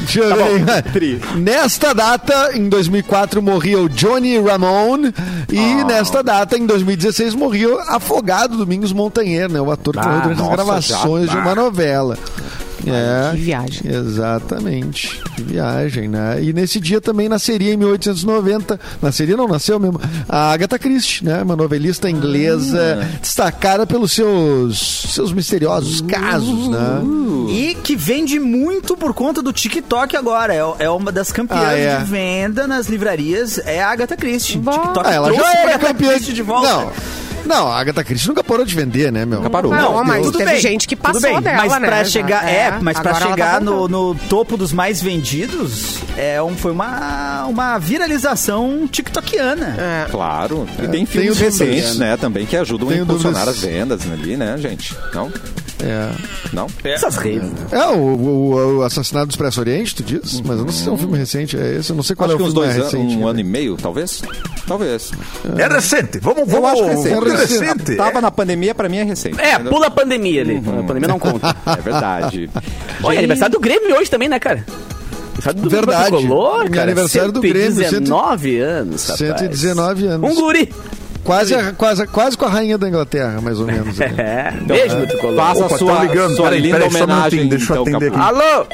Speaker 4: deixa eu ver. Nesta data, em 2004, morria o Johnny Ramone. E nesta data, em 2016, morria o afogado Domingos Montanheiro, né? O ator que
Speaker 1: Ah,
Speaker 4: morreu durante as
Speaker 1: nossa,
Speaker 4: gravações
Speaker 1: já-
Speaker 4: de uma novela. É,
Speaker 2: que viagem.
Speaker 4: Exatamente. Que viagem, né? E nesse dia também nasceria em 1890. Nasceria, não nasceu mesmo. A Agatha Christie, né? Uma novelista inglesa destacada pelos seus, seus misteriosos casos, né?
Speaker 8: E que vende muito por conta do TikTok agora. É, é uma das campeãs
Speaker 4: Ah, é.
Speaker 8: de venda nas livrarias. É a Agatha Christie.
Speaker 2: Bom.
Speaker 8: TikTok
Speaker 4: Ah, ela
Speaker 8: trouxe
Speaker 4: já
Speaker 8: a
Speaker 4: era
Speaker 8: Agatha
Speaker 4: campeã
Speaker 8: Christie de volta.
Speaker 4: Não. Não, a Agatha Christie nunca parou de vender, né, meu? Nunca
Speaker 1: parou.
Speaker 2: Não,
Speaker 4: Meu
Speaker 2: mas
Speaker 4: Deus.
Speaker 2: tudo teve gente que
Speaker 8: tudo
Speaker 2: passou
Speaker 8: bem,
Speaker 2: dela,
Speaker 8: mas
Speaker 2: né, já.
Speaker 8: Pra chegar, é,
Speaker 2: É,
Speaker 8: mas pra
Speaker 2: agora ela tá
Speaker 8: chegar no,
Speaker 2: voltando.
Speaker 8: no topo dos mais vendidos, é um, foi uma, uma viralização tiktokiana.
Speaker 2: É.
Speaker 1: Claro. E tem
Speaker 4: tenho
Speaker 1: filmes
Speaker 4: dúvidas.
Speaker 1: recentes, né? Também que ajudam a
Speaker 4: Tenho
Speaker 1: impulsionar
Speaker 4: dúvidas.
Speaker 1: as vendas ali, né, gente? Não?
Speaker 4: É,
Speaker 1: Não?
Speaker 8: Essas redes.
Speaker 4: é o, o, o Assassinato do Expresso Oriente, tu diz? Mas eu não sei se é um filme recente, é esse? Eu não sei qual
Speaker 1: Acho
Speaker 4: é
Speaker 1: que
Speaker 4: o
Speaker 1: uns
Speaker 4: filme mais
Speaker 1: dois anos,
Speaker 4: recente.
Speaker 1: um ano e meio, talvez? Talvez.
Speaker 5: É recente. Vamos, vamos. É
Speaker 4: recente. É.
Speaker 5: recente.
Speaker 1: Tava na pandemia, pra mim é recente.
Speaker 3: É,
Speaker 1: Entendeu?
Speaker 3: pula a pandemia ali. A pandemia não conta.
Speaker 1: É verdade.
Speaker 3: Olha, é aniversário do Grêmio hoje também, né, cara? Aniversário do
Speaker 4: Verdade.
Speaker 3: Tricolor,
Speaker 4: Meu
Speaker 3: cara.
Speaker 4: aniversário do Grêmio,
Speaker 3: 119 anos, rapaz.
Speaker 4: 119 anos.
Speaker 3: Um guri.
Speaker 4: né? Quase, a- quase, quase com a rainha da Inglaterra, mais ou menos. né?
Speaker 3: É, beijo no Tricolor.
Speaker 1: Faça a
Speaker 5: Opa,
Speaker 1: sua,
Speaker 5: tão ligando.
Speaker 1: sua
Speaker 5: Peraí,
Speaker 1: linda
Speaker 5: peraí, só um minutinho,
Speaker 1: homenagem.
Speaker 5: deixa eu
Speaker 1: então,
Speaker 5: atender
Speaker 1: Capu.
Speaker 5: aqui.
Speaker 3: Alô?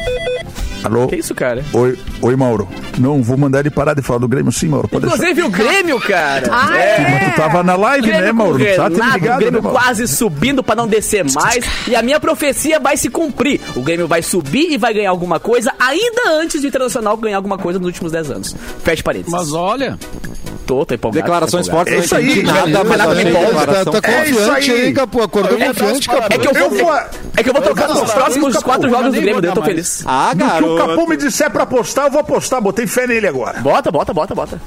Speaker 5: Alô?
Speaker 3: Que isso, cara?
Speaker 5: Oi, oi, Mauro. Não, vou mandar ele parar de falar do Grêmio. Sim, Mauro, pode deixar.
Speaker 3: Inclusive o Grêmio, cara.
Speaker 2: Ah,
Speaker 5: Sim,
Speaker 2: é.
Speaker 5: mas tu tava na
Speaker 3: O
Speaker 5: live,
Speaker 3: Grêmio
Speaker 5: né,
Speaker 3: com
Speaker 5: Mauro?
Speaker 3: o
Speaker 5: Tu tá
Speaker 3: Renato, o
Speaker 5: ligado, né,
Speaker 3: Grêmio
Speaker 5: Mauro?
Speaker 3: quase subindo pra não descer mais. E a minha profecia vai se cumprir. O Grêmio vai subir e vai ganhar alguma coisa ainda antes do Internacional ganhar alguma coisa nos últimos 10 anos. Fecha parênteses.
Speaker 6: Mas olha,
Speaker 3: Tô, tô empolgado.
Speaker 1: Declarações
Speaker 3: tô empolgado.
Speaker 1: fortes,
Speaker 5: É isso
Speaker 1: não entendi nada,
Speaker 5: aí, cara.
Speaker 1: mas achei
Speaker 4: Tá,
Speaker 1: declaração
Speaker 4: tá
Speaker 5: É isso
Speaker 4: confiante
Speaker 5: aí.
Speaker 4: aí, Capu. Acordou
Speaker 6: É,
Speaker 4: confiante,
Speaker 6: tá,
Speaker 4: Capu.
Speaker 3: É que eu
Speaker 5: Eu
Speaker 3: vou,
Speaker 5: vou-
Speaker 3: é que eu vou trocar
Speaker 5: vou-
Speaker 3: nos próximos
Speaker 5: eu vou-
Speaker 3: quatro jogos do
Speaker 6: nem
Speaker 3: Grêmio,
Speaker 6: vou
Speaker 3: daí eu tô
Speaker 6: dar
Speaker 3: feliz.
Speaker 1: Ah,
Speaker 5: Do que o Capu
Speaker 1: garoto.
Speaker 5: me disser pra apostar, eu vou apostar. Botei fé nele agora.
Speaker 3: Bota, bota, bota, bota.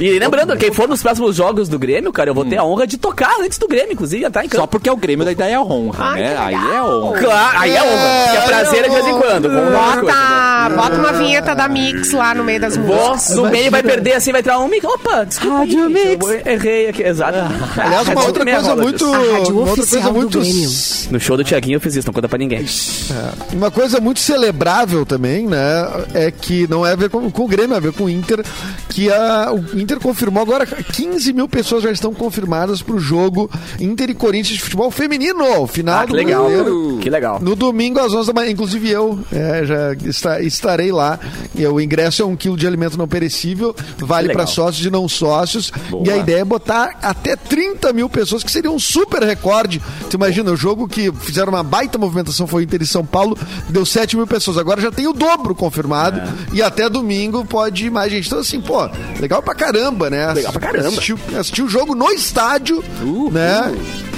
Speaker 3: E lembrando, quem for nos próximos jogos do Grêmio, cara, eu vou ter a honra de tocar antes do Grêmio, inclusive, já tá em
Speaker 1: Só
Speaker 3: campo.
Speaker 1: porque é o Grêmio, daí daí é honra, né? Aí é honra.
Speaker 3: Claro, aí é honra. Porque é prazer de vez em quando. Vamos dar uma coisa, né?
Speaker 2: Bota, ah, bota uma vinheta da Mix lá no meio das
Speaker 3: Vou,
Speaker 2: músicas.
Speaker 3: no meio vai perder assim, vai entrar um mix. Opa, desculpa. aí, gente, eu errei aqui, exato.
Speaker 4: Aliás,
Speaker 3: Ah,
Speaker 4: uma
Speaker 3: rádio
Speaker 4: outra
Speaker 3: também
Speaker 4: coisa
Speaker 3: rola
Speaker 4: muito.
Speaker 3: disso.
Speaker 2: A rádio
Speaker 4: uma outra
Speaker 2: oficial
Speaker 4: coisa
Speaker 2: do
Speaker 4: muito.
Speaker 2: Grêmio.
Speaker 3: No show do Thiaguinho eu fiz isso, não conta pra ninguém.
Speaker 4: É. Uma coisa muito celebrável também, né? É que não é a ver com, com o Grêmio, é a ver com o Inter. Que a, o Inter confirmou agora 15 mil pessoas já estão confirmadas pro jogo Inter e Corinthians de futebol feminino. Final
Speaker 3: Ah, que
Speaker 4: do
Speaker 3: legal.
Speaker 4: brasileiro.
Speaker 3: Que legal.
Speaker 4: No domingo às 11 da manhã, inclusive eu é, já esta- estarei lá. E o ingresso é um quilo de alimento não perecível, vale
Speaker 3: Legal.
Speaker 4: para sócios e não sócios. E a ideia é botar até 30 mil pessoas, que seria um super recorde. Tu imagina, o jogo que fizeram uma baita movimentação foi Inter e São Paulo, deu 7 mil pessoas. Agora já tem o dobro
Speaker 3: É.
Speaker 4: confirmado. E até domingo pode ir mais gente. Então, assim, pô, legal pra caramba, né?
Speaker 3: Legal pra caramba.
Speaker 4: Assistir, o- assistir o jogo no estádio, né?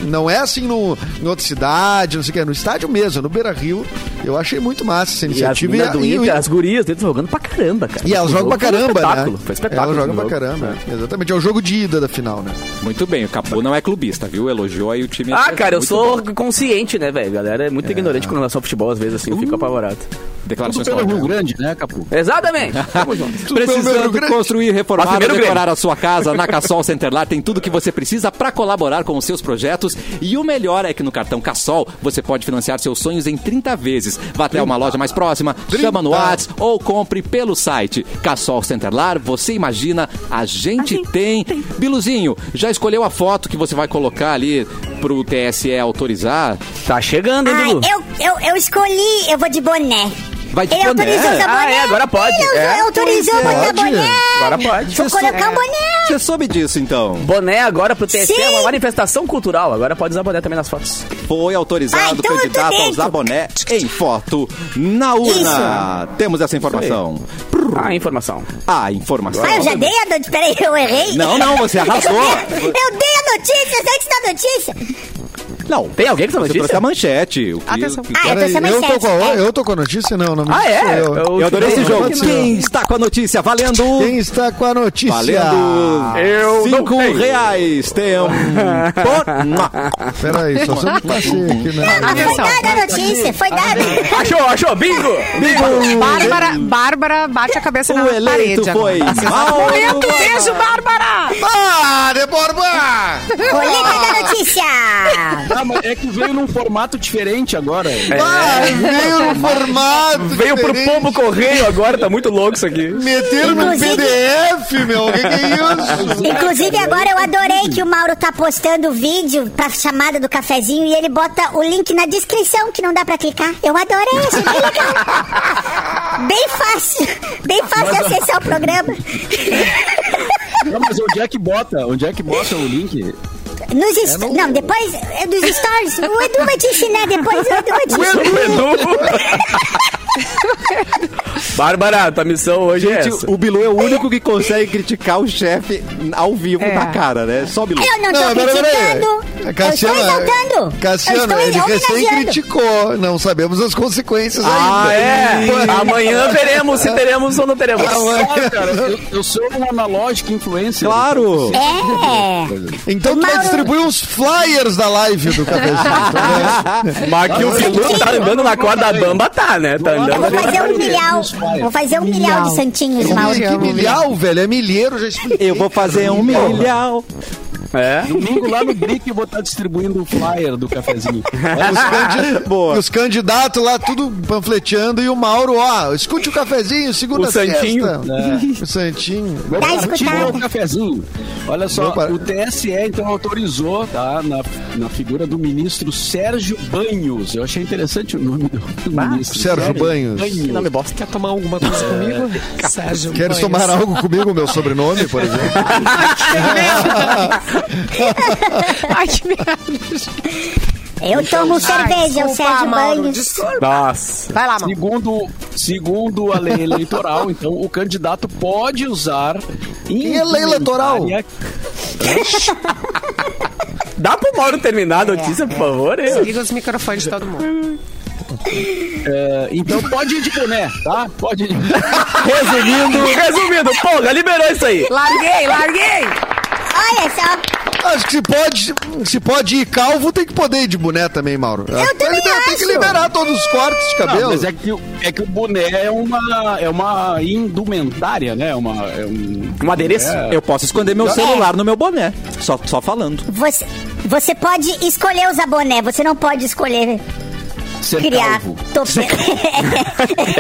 Speaker 4: Não é assim no, em outra cidade, não sei o que, é no estádio mesmo, é no Beira Rio. Eu achei muito massa essa
Speaker 3: E as
Speaker 4: iniciativa.
Speaker 3: minas do
Speaker 4: e-
Speaker 3: Inter, as gurias dentro jogando pra caramba, cara.
Speaker 4: e elas
Speaker 3: O
Speaker 4: jogam pra
Speaker 3: jogo foi um
Speaker 4: caramba,
Speaker 3: espetáculo,
Speaker 4: né?
Speaker 3: Foi um espetáculo.
Speaker 4: Elas jogam pra
Speaker 3: esse jogo.
Speaker 4: caramba. Exatamente. É o jogo de ida da final, né?
Speaker 1: Muito bem, o Capu não é clubista, viu? Elogiou aí o time.
Speaker 3: Ah, cara, eu
Speaker 1: Muito
Speaker 3: sou
Speaker 1: bom.
Speaker 3: consciente, né, velho? Galera é muito ignorante com relação ao futebol, às vezes, assim, eu fico apavorado.
Speaker 6: tudo
Speaker 1: Declarações
Speaker 6: pelo Rio
Speaker 1: fortes.
Speaker 6: Grande, né, Capu?
Speaker 3: Exatamente. Tamo junto.
Speaker 4: pelo Rio
Speaker 1: Precisando
Speaker 4: Grande.
Speaker 1: construir,
Speaker 3: Mas
Speaker 1: reformar,
Speaker 3: primeiro Grêmio.
Speaker 1: decorar a sua casa, na Cassol Centerlar tem tudo que você precisa para colaborar com os seus projetos. E o melhor é que no cartão Cassol você pode financiar seus sonhos em 30 vezes. Vá até uma loja mais próxima, chama no WhatsApp ou compre pelo site. Cassol Centerlar, você imagina, a gente tem. Biluzinho, já escolheu a foto que você vai colocar ali pro TSE autorizar?
Speaker 3: Tá chegando, hein,
Speaker 7: Ai,
Speaker 3: Dudu?
Speaker 7: Ah, eu, eu, eu escolhi, eu vou de boné.
Speaker 1: Vai de
Speaker 7: Ele
Speaker 1: boné?
Speaker 7: autorizou usar
Speaker 3: Ah,
Speaker 7: boné.
Speaker 3: é, agora pode.
Speaker 7: Ele usou-
Speaker 3: É,
Speaker 7: autorizou
Speaker 4: pois é.
Speaker 7: botar
Speaker 4: Pode.
Speaker 7: boné.
Speaker 3: Agora pode.
Speaker 7: Vou colocar o boné.
Speaker 1: Você soube disso então?
Speaker 3: Boné agora pro TSE é uma
Speaker 7: Sim.
Speaker 3: manifestação cultural. Agora pode usar boné também nas fotos.
Speaker 1: Foi autorizado
Speaker 7: Ah, então
Speaker 1: o
Speaker 7: eu tô
Speaker 1: candidato a
Speaker 7: dentro.
Speaker 1: usar boné em foto na urna. Temos essa informação.
Speaker 3: Ah, informação.
Speaker 1: A informação.
Speaker 7: Ah, eu já dei a notícia. Peraí, eu errei.
Speaker 1: Não, não, você arrasou.
Speaker 7: Eu dei, eu dei a notícia antes da notícia.
Speaker 1: Não,
Speaker 3: Tem alguém que tá
Speaker 1: você trouxe
Speaker 3: notícia?
Speaker 1: a manchete. O que,
Speaker 2: Atenção.
Speaker 1: o que-
Speaker 7: Ah, eu tô
Speaker 4: Peraí, eu,
Speaker 7: sem
Speaker 4: tô
Speaker 7: manchete.
Speaker 4: com a,
Speaker 7: É.
Speaker 4: eu tô com a notícia? Não, não.
Speaker 3: Ah, é?
Speaker 4: sou Eu.
Speaker 1: Eu adorei esse
Speaker 4: Não,
Speaker 1: jogo.
Speaker 4: pode ser.
Speaker 1: Quem está com a notícia? Valendo!
Speaker 4: Quem está com a notícia?
Speaker 1: Valendo!
Speaker 3: Eu não
Speaker 1: Cinco
Speaker 3: tenho.
Speaker 1: reais. Tem um... Pô,
Speaker 4: Peraí, só se eu não passei aqui,
Speaker 7: Ah,
Speaker 4: né?
Speaker 7: foi
Speaker 2: Atenção.
Speaker 7: dada a notícia, foi dada.
Speaker 3: Achou, achou. Bingo!
Speaker 2: Bárbara, Bárbara bate a cabeça
Speaker 1: O
Speaker 2: na
Speaker 1: eleito
Speaker 2: parede.
Speaker 1: foi
Speaker 2: agora.
Speaker 1: Mauro
Speaker 2: Boleto,
Speaker 1: Borba.
Speaker 2: beijo, Bárbara!
Speaker 4: Ah, de Borba!
Speaker 7: Coleta da notícia.
Speaker 6: Ah, mas é que veio num formato diferente agora.
Speaker 1: É.
Speaker 4: Ah, veio no formato
Speaker 3: É. Veio pro
Speaker 4: diferente.
Speaker 3: pombo correio agora, tá muito louco isso aqui.
Speaker 4: Meteram no
Speaker 7: Inclusive-
Speaker 4: PDF, meu. O que, que é isso?
Speaker 7: Inclusive, agora eu adorei que o Mauro tá postando o vídeo pra chamada do cafezinho e ele bota o link na descrição que não dá pra clicar. Eu adorei, achei bem legal. Bem fácil. Bem fácil acessar o programa.
Speaker 6: Não, mas onde é que bota? Onde é que bota o link?
Speaker 7: Nos est... Não, depois é dos stories. O Edu vai te ensinar depois. O Edu vai te ensinar.
Speaker 3: Bárbara, tua missão hoje é
Speaker 1: Gente,
Speaker 3: essa.
Speaker 1: o Bilu é o único que consegue criticar o chefe ao vivo
Speaker 2: É.
Speaker 1: na cara, né? Só Bilu.
Speaker 7: Eu não, tô
Speaker 4: peraí, peraí.
Speaker 7: criticando.
Speaker 4: Cassiano,
Speaker 7: eu estou exaltando. eu
Speaker 4: Cassiano,
Speaker 7: estou
Speaker 4: ele recém
Speaker 7: homenageando.
Speaker 4: criticou. Não sabemos as consequências
Speaker 3: Ah,
Speaker 4: ainda.
Speaker 3: é? Amanhã veremos se teremos ou não teremos.
Speaker 4: é.
Speaker 6: Ah, cara, eu, eu sou um analógico influencer.
Speaker 1: Claro!
Speaker 7: É.
Speaker 4: Então tu vai distribuir uns flyers da live do né? Cabeça.
Speaker 3: Mas que o Bilu tá andando na corda bamba, tá, né? Tá
Speaker 7: um Eu vou
Speaker 3: andando.
Speaker 7: fazer um milhau. Vou fazer um milhau de santinhos, Mauro.
Speaker 4: que milhau, velho. É milheiro, já expliquei.
Speaker 1: Eu vou fazer um
Speaker 4: Porra.
Speaker 1: milhão.
Speaker 3: É.
Speaker 6: Domingo lá no Brick eu vou estar distribuindo o flyer do cafezinho.
Speaker 4: Os, candi-
Speaker 1: Boa.
Speaker 4: os candidatos lá, tudo panfleteando, e o Mauro, ó, escute o cafezinho, segunda
Speaker 3: O Santinho.
Speaker 4: sexta. O Santinho.
Speaker 6: Vou
Speaker 7: Vai
Speaker 6: partir
Speaker 7: escutar.
Speaker 6: ao cafezinho. Olha só,
Speaker 4: Vou par-
Speaker 6: o TSE então autorizou, tá, na, na figura do ministro Sérgio Banhos. Eu achei interessante o nome do, do ministro.
Speaker 4: Sérgio Banhos.
Speaker 2: Que nome bosta. Quer tomar alguma coisa comigo? Sérgio.
Speaker 4: Queres
Speaker 2: Banhos.
Speaker 4: tomar algo comigo, meu sobrenome, por exemplo?
Speaker 2: Ai, que merda.
Speaker 7: Eu tomo cerveja, o
Speaker 2: desculpa,
Speaker 7: Sérgio
Speaker 2: Mauro,
Speaker 7: Banhos.
Speaker 2: desculpa.
Speaker 3: Nossa.
Speaker 2: Vai lá, Mauro.
Speaker 6: Segundo, segundo a lei eleitoral, então o candidato pode usar. Quem
Speaker 4: é lei eleitoral?
Speaker 3: Dá pro Mauro terminar a
Speaker 2: É.
Speaker 3: notícia, por favor? É um Eu.
Speaker 2: Liga os microfones de todo mundo.
Speaker 6: então pode ir de boné, tá? Pode ir de
Speaker 3: Resumindo. Resumindo, Ponga, liberou isso aí.
Speaker 2: Larguei, larguei!
Speaker 7: Olha só,
Speaker 4: Acho que se pode, se pode ir calvo, tem que poder ir de boné também, Mauro. Eu
Speaker 7: também
Speaker 4: Tem que
Speaker 7: acho.
Speaker 4: liberar todos os cortes de cabelo.
Speaker 6: Não, mas é que, o- é que o boné é uma, é uma indumentária, né? É Uma, é um,
Speaker 3: Um adereço?
Speaker 1: Eu posso esconder meu celular no meu boné. Só, só falando.
Speaker 7: você, você pode escolher usar boné, você não pode escolher
Speaker 6: ser
Speaker 7: criar
Speaker 6: calvo.
Speaker 7: topete.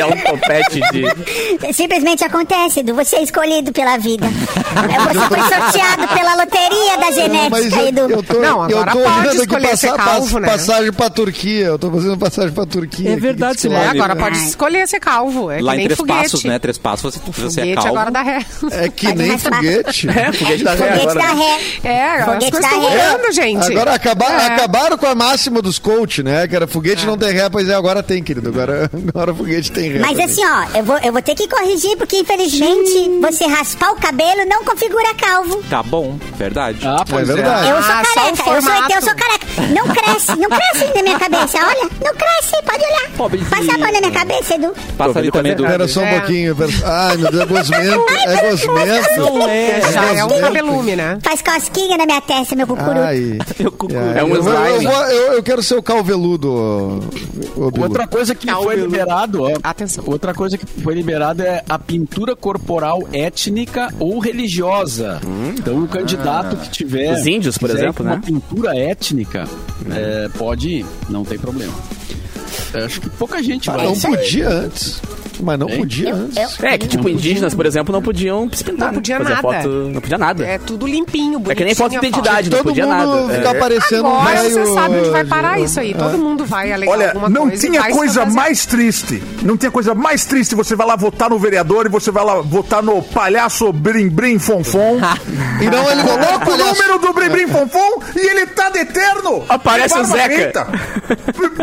Speaker 3: É um topete de.
Speaker 7: Simplesmente acontece, Edu. Você é escolhido pela vida. Você foi sorteado pela loteria da
Speaker 4: Mas
Speaker 7: genética,
Speaker 4: eu,
Speaker 7: Edu.
Speaker 4: eu tô,
Speaker 2: Não,
Speaker 4: eu
Speaker 2: agora
Speaker 4: tô
Speaker 2: pode
Speaker 4: olhando aqui
Speaker 2: escolher ser
Speaker 4: passar,
Speaker 2: calvo,
Speaker 4: pas-
Speaker 2: né?
Speaker 4: passagem pra Turquia. Eu tô fazendo passagem pra Turquia.
Speaker 1: É
Speaker 4: aqui,
Speaker 1: verdade,
Speaker 4: que diz que
Speaker 1: Simone.
Speaker 2: É,
Speaker 4: lá-
Speaker 2: agora
Speaker 1: Ai.
Speaker 2: pode escolher ser calvo. É
Speaker 1: Lá
Speaker 2: que
Speaker 1: em
Speaker 2: nem
Speaker 1: Três
Speaker 2: foguete.
Speaker 1: Passos, né? Três Passos, você, você é
Speaker 2: Foguete
Speaker 1: calvo.
Speaker 2: agora dá ré.
Speaker 4: É que
Speaker 7: Pode
Speaker 4: nem
Speaker 7: raspar.
Speaker 4: foguete.
Speaker 3: Foguete da ré
Speaker 7: Foguete
Speaker 3: agora.
Speaker 7: da
Speaker 3: né?
Speaker 7: tá ré.
Speaker 2: É, agora as
Speaker 7: Foguete
Speaker 2: coisas
Speaker 7: da
Speaker 2: estão
Speaker 7: ré.
Speaker 2: mudando, gente.
Speaker 4: Agora acaba-
Speaker 2: É.
Speaker 4: acabaram com a máxima dos coach, né? Que era foguete não tem ré, pois é, agora tem, querido. Agora, agora foguete tem ré.
Speaker 7: Mas
Speaker 4: também.
Speaker 7: assim, ó, eu vou, eu vou ter que corrigir, porque infelizmente você raspar o cabelo não configura calvo.
Speaker 1: Tá bom, verdade.
Speaker 6: Ah, pois
Speaker 4: É
Speaker 6: é.
Speaker 4: verdade.
Speaker 7: Eu
Speaker 2: Ah,
Speaker 7: sou
Speaker 2: só
Speaker 7: careca,
Speaker 2: o
Speaker 7: eu sou ET, eu
Speaker 2: formato.
Speaker 7: sou careca. Não cresce, não cresce ainda minha cabeça, olha. Não cresce, pode olhar.
Speaker 1: Pobrezinho.
Speaker 7: Passa a mão na minha cabeça, Edu.
Speaker 1: Passa ali
Speaker 3: Tô
Speaker 1: também
Speaker 3: vendo
Speaker 1: do...
Speaker 3: que tá
Speaker 4: Pera só um
Speaker 2: É.
Speaker 4: pouquinho. pera- Ai, meu Deus, é gosmento. É gosmento.
Speaker 1: é.
Speaker 2: Já é um
Speaker 4: Deus.
Speaker 2: cabelume, né?
Speaker 7: Faz cosquinha na minha testa, meu cucuru.
Speaker 4: Ai.
Speaker 1: Eu cucu.
Speaker 4: ai,
Speaker 3: É um
Speaker 4: eu, vou- eu,
Speaker 3: slime.
Speaker 4: vou- eu- eu quero ser o calveludo, ô- ô, Bilu.
Speaker 6: Outra coisa que
Speaker 2: Calma,
Speaker 6: foi
Speaker 2: Lu.
Speaker 6: liberado, ó.
Speaker 2: Atenção.
Speaker 6: Outra coisa que foi liberada é a pintura corporal étnica ou religiosa. Então, o candidato que tiver
Speaker 3: Os índios, por
Speaker 6: quiser
Speaker 3: exemplo,
Speaker 6: uma
Speaker 3: né?
Speaker 6: pintura étnica, é, pode ir, não tem problema. Eu acho que pouca gente vai.
Speaker 4: Não podia antes. Mas não podia antes.
Speaker 3: É, que tipo, indígenas, por exemplo, não podiam se pintar.
Speaker 2: Não
Speaker 3: né?
Speaker 2: podia
Speaker 3: Fazer
Speaker 2: nada.
Speaker 3: Foto, não podia nada.
Speaker 2: É tudo limpinho, bonitinho.
Speaker 3: É que nem foto de
Speaker 2: a
Speaker 3: identidade, não
Speaker 4: Todo
Speaker 3: podia
Speaker 4: mundo
Speaker 3: nada.
Speaker 4: ficar
Speaker 3: É.
Speaker 4: parecendo um
Speaker 2: Agora
Speaker 4: velho,
Speaker 2: você sabe onde vai
Speaker 4: ô,
Speaker 2: parar isso aí. Todo mundo vai alegar
Speaker 5: Olha,
Speaker 2: alguma
Speaker 5: não
Speaker 2: coisa. e
Speaker 5: tinha
Speaker 2: vai se
Speaker 5: coisa
Speaker 2: fantasiar.
Speaker 5: mais triste. Não tinha coisa mais triste. Você vai lá votar no vereador e você vai lá votar no palhaço Brimbrim Fonfon.
Speaker 4: E não, ele
Speaker 5: Coloca
Speaker 4: coloca
Speaker 5: o número do Brimbrim Fonfon e ele tá de eterno.
Speaker 3: Aparece
Speaker 5: De
Speaker 3: o
Speaker 5: barba
Speaker 3: Zeca.
Speaker 5: feita.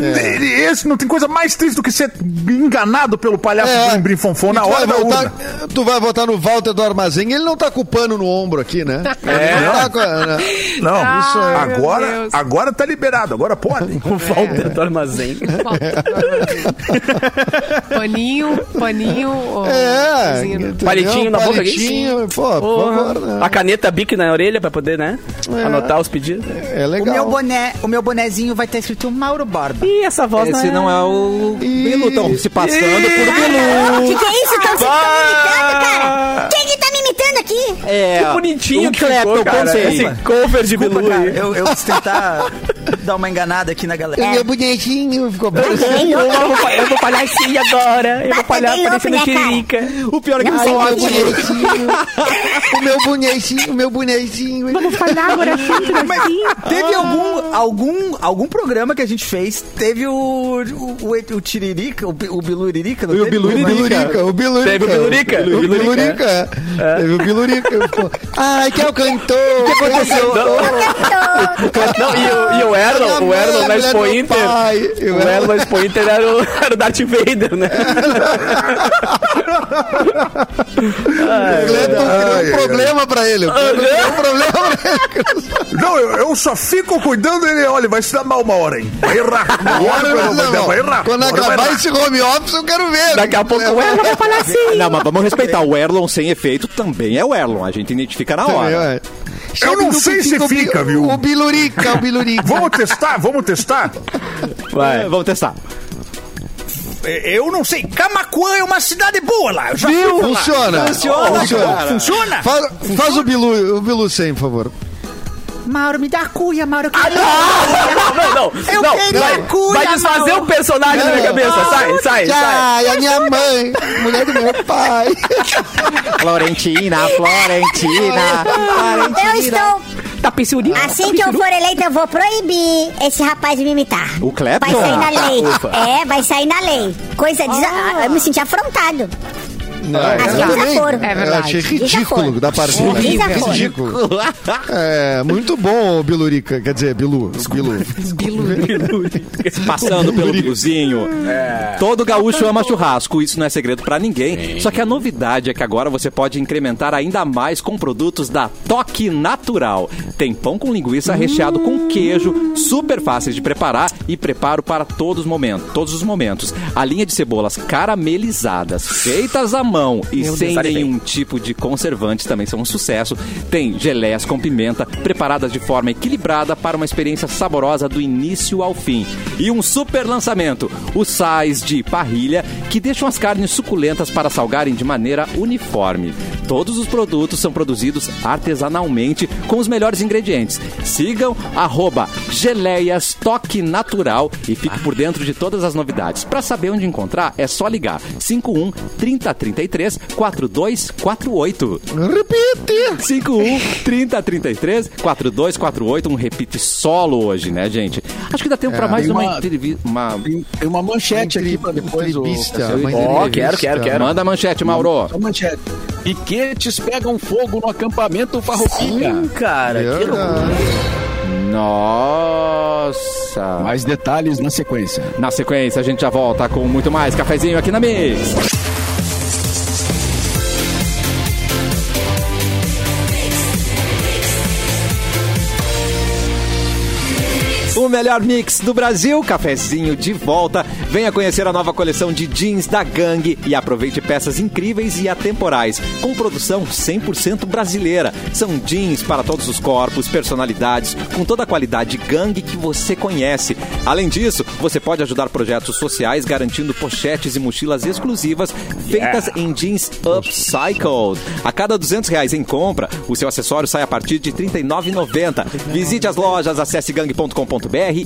Speaker 4: É.
Speaker 5: Ele- Esse não tem coisa mais triste do que ser enganado pelo palhaço
Speaker 4: É.
Speaker 5: Brimbrim Fonfon na
Speaker 4: tu
Speaker 5: hora
Speaker 4: vai
Speaker 5: da
Speaker 4: voltar,
Speaker 5: urna.
Speaker 4: Tu vai votar no Walter do Armazém, ele não tá com o pano no ombro aqui, né?
Speaker 3: É.
Speaker 4: Ele não tá com a- né?
Speaker 5: Não,
Speaker 2: Isso é- meu
Speaker 5: agora,
Speaker 2: Deus.
Speaker 5: agora tá liberado. Agora pode.
Speaker 3: Falta do armazém.
Speaker 2: Paninho, paninho. ó,
Speaker 4: É,
Speaker 2: coisinha, né?
Speaker 4: entendeu?
Speaker 3: Palitinho na boca aqui?
Speaker 4: Palitinho, pô, por
Speaker 3: Porra.
Speaker 4: favor, né?
Speaker 3: A caneta bique na orelha pra poder, né? Anotar os pedidos.
Speaker 4: É
Speaker 8: O meu,
Speaker 4: legal.
Speaker 8: boné, o meu bonezinho vai ter escrito Mauro Borba.
Speaker 3: Ih, essa voz né?
Speaker 1: Esse não é o Bilu, estão se passando por um-
Speaker 7: O
Speaker 1: Bilu.
Speaker 7: que, que é isso? Estão me imitando, cara? Quem que tá me imitando aqui?
Speaker 1: É,
Speaker 3: Que bonitinho
Speaker 1: um
Speaker 3: que ficou,
Speaker 1: Clapton,
Speaker 3: cara.
Speaker 1: pensei.
Speaker 3: Esse cover de
Speaker 8: Desculpa,
Speaker 3: Bilu
Speaker 8: cara,
Speaker 3: aí.
Speaker 8: eu, eu quis tentar dar uma enganada aqui na galera.
Speaker 4: O
Speaker 3: É.
Speaker 4: meu bonequinho ficou parecendo.
Speaker 7: Bem
Speaker 3: Eu
Speaker 7: louco.
Speaker 3: vou, fa- eu vou falhar assim agora. Eu vou
Speaker 7: Bata
Speaker 3: falhar
Speaker 7: bem louco,
Speaker 3: parecendo
Speaker 7: né, cara?
Speaker 3: Quirica.
Speaker 1: O pior é que
Speaker 7: Não,
Speaker 1: você
Speaker 7: sem
Speaker 1: olha
Speaker 7: mentira.
Speaker 4: O meu bonequinho, o meu bonequinho.
Speaker 8: Mas É. teve
Speaker 4: Ah.
Speaker 8: algum, algum, algum programa que a gente fez, teve o, o, o, o Tiririca, o, Bi- o Biluririca, não
Speaker 4: E o
Speaker 8: teve?
Speaker 4: Bilurica. O Bilurica.
Speaker 3: Teve o Bilurica. É.
Speaker 4: O Bilurica. é. Teve o Bilurica. Pô, Ai, que é o cantor. O que aconteceu?
Speaker 3: Não, e o, e o Erlon, o Erlon na Expo Inter. O Erlon na Expo Inter era o, era o Darth Vader, né?
Speaker 4: criou um problema pra ele. O Clepton criou um problema pra ele.
Speaker 5: Não, eu, eu só fico cuidando dele. Olha, vai se dar mal uma hora, hein? Vai errar. Uma hora
Speaker 4: Mas
Speaker 5: vai,
Speaker 4: não,
Speaker 5: vai errar.
Speaker 4: Quando
Speaker 5: Uma hora vai
Speaker 4: acabar
Speaker 5: errar.
Speaker 4: esse home office, eu quero ver. é
Speaker 3: Daqui a pouco o Erlon vai falar assim.
Speaker 1: é Não, mas vamos respeitar. O Erlon sem efeito também é o Erlon. A gente identifica na hora.
Speaker 4: Ué.
Speaker 5: Eu não sei se
Speaker 4: o Bi-
Speaker 5: fica, viu?
Speaker 4: O Bilurica, o Bilurica.
Speaker 5: Vamos testar, vamos testar.
Speaker 1: É, Vamos testar.
Speaker 5: Eu não sei. Camacuã é uma cidade boa lá. Eu já
Speaker 4: Viu? Funciona. Funciona.
Speaker 5: Funciona?
Speaker 4: Faz, faz o Bilu, o Bilu sem, por favor.
Speaker 8: Mauro, me dá a cuia, Mauro.
Speaker 4: Ah,
Speaker 8: Que
Speaker 3: Não, não,
Speaker 8: Eu
Speaker 3: não.
Speaker 8: queria
Speaker 3: vai,
Speaker 8: cuia,
Speaker 3: vai desfazer
Speaker 8: Mauro.
Speaker 3: o personagem da minha cabeça.
Speaker 7: Ah,
Speaker 3: Sai, sai, sai.
Speaker 4: Ai, a minha mãe, mulher do meu pai.
Speaker 1: Florentina, Florentina.
Speaker 7: Eu estou.
Speaker 2: Tá pissurinho?
Speaker 7: Assim que eu for eleita, eu vou proibir esse rapaz de me imitar.
Speaker 1: O Clapton?
Speaker 7: Vai sair na
Speaker 1: Ah,
Speaker 7: lei.
Speaker 1: ufa.
Speaker 7: É, vai sair na lei. Coisa de. Ah, Eu me senti afrontado.
Speaker 4: Não,
Speaker 7: Acho
Speaker 4: eu
Speaker 7: que eles
Speaker 4: também.
Speaker 7: já foram.
Speaker 2: É
Speaker 4: Eu achei
Speaker 7: Eles já
Speaker 4: ridículo
Speaker 7: foram.
Speaker 4: da parceira.
Speaker 7: Eles já foram.
Speaker 4: Ridículo. É, muito bom, Bilurica. Quer dizer, Bilu. Bilu.
Speaker 1: Passando pelo biguzinho. Todo gaúcho ama churrasco, isso não é segredo pra ninguém. Só que a novidade é que agora você pode incrementar ainda mais com produtos da Toque Natural. Tem pão com linguiça recheado com queijo, super fáceis de preparar e preparo para todos os momentos, todos os momentos. A linha de cebolas caramelizadas, feitas à mão e sem
Speaker 3: Sarei bem.
Speaker 1: nenhum tipo de conservantes também são um sucesso. Tem geleias com pimenta, preparadas de forma equilibrada para uma experiência saborosa do início ao fim. E um super lançamento: os sais de parrilha, que deixam as carnes suculentas para salgarem de maneira uniforme. Todos os produtos são produzidos artesanalmente com os melhores ingredientes. Sigam arroba geleias toque natural e fique por dentro de todas as novidades. Para saber onde encontrar, é só ligar 51 3033 4248.
Speaker 4: Repite.
Speaker 1: 51 3033 4248. Um repeat solo hoje, né, gente? Acho que dá tempo pra mais
Speaker 6: tem
Speaker 1: uma,
Speaker 6: uma-
Speaker 1: entrevista. uma-
Speaker 6: Tem tem uma manchete aqui pra depois. ô,
Speaker 4: Entrevista,
Speaker 6: Cassiano.
Speaker 4: uma
Speaker 3: Ó,
Speaker 4: entrevista.
Speaker 3: quero, quero, quero.
Speaker 1: Manda a manchete, Mauro.
Speaker 6: Só manchete. Piquetes pegam fogo no acampamento Farroupilha.
Speaker 3: Sim, cara, que loucura.
Speaker 4: É.
Speaker 1: Nossa.
Speaker 6: Mais detalhes na sequência.
Speaker 1: Na sequência, a gente já volta com muito mais cafezinho aqui na Mix. O melhor mix do Brasil, cafezinho de volta. Venha conhecer a nova coleção de jeans da Gang e aproveite peças incríveis e atemporais, com produção 100% brasileira. São jeans para todos os corpos, personalidades, com toda a qualidade Gang que você conhece. Além disso, você pode ajudar projetos sociais garantindo pochetes e mochilas exclusivas feitas em jeans upcycled. A cada 200 reais em compra, o seu acessório sai a partir de R$ 39,90. Visite as lojas, acesse gang.com.br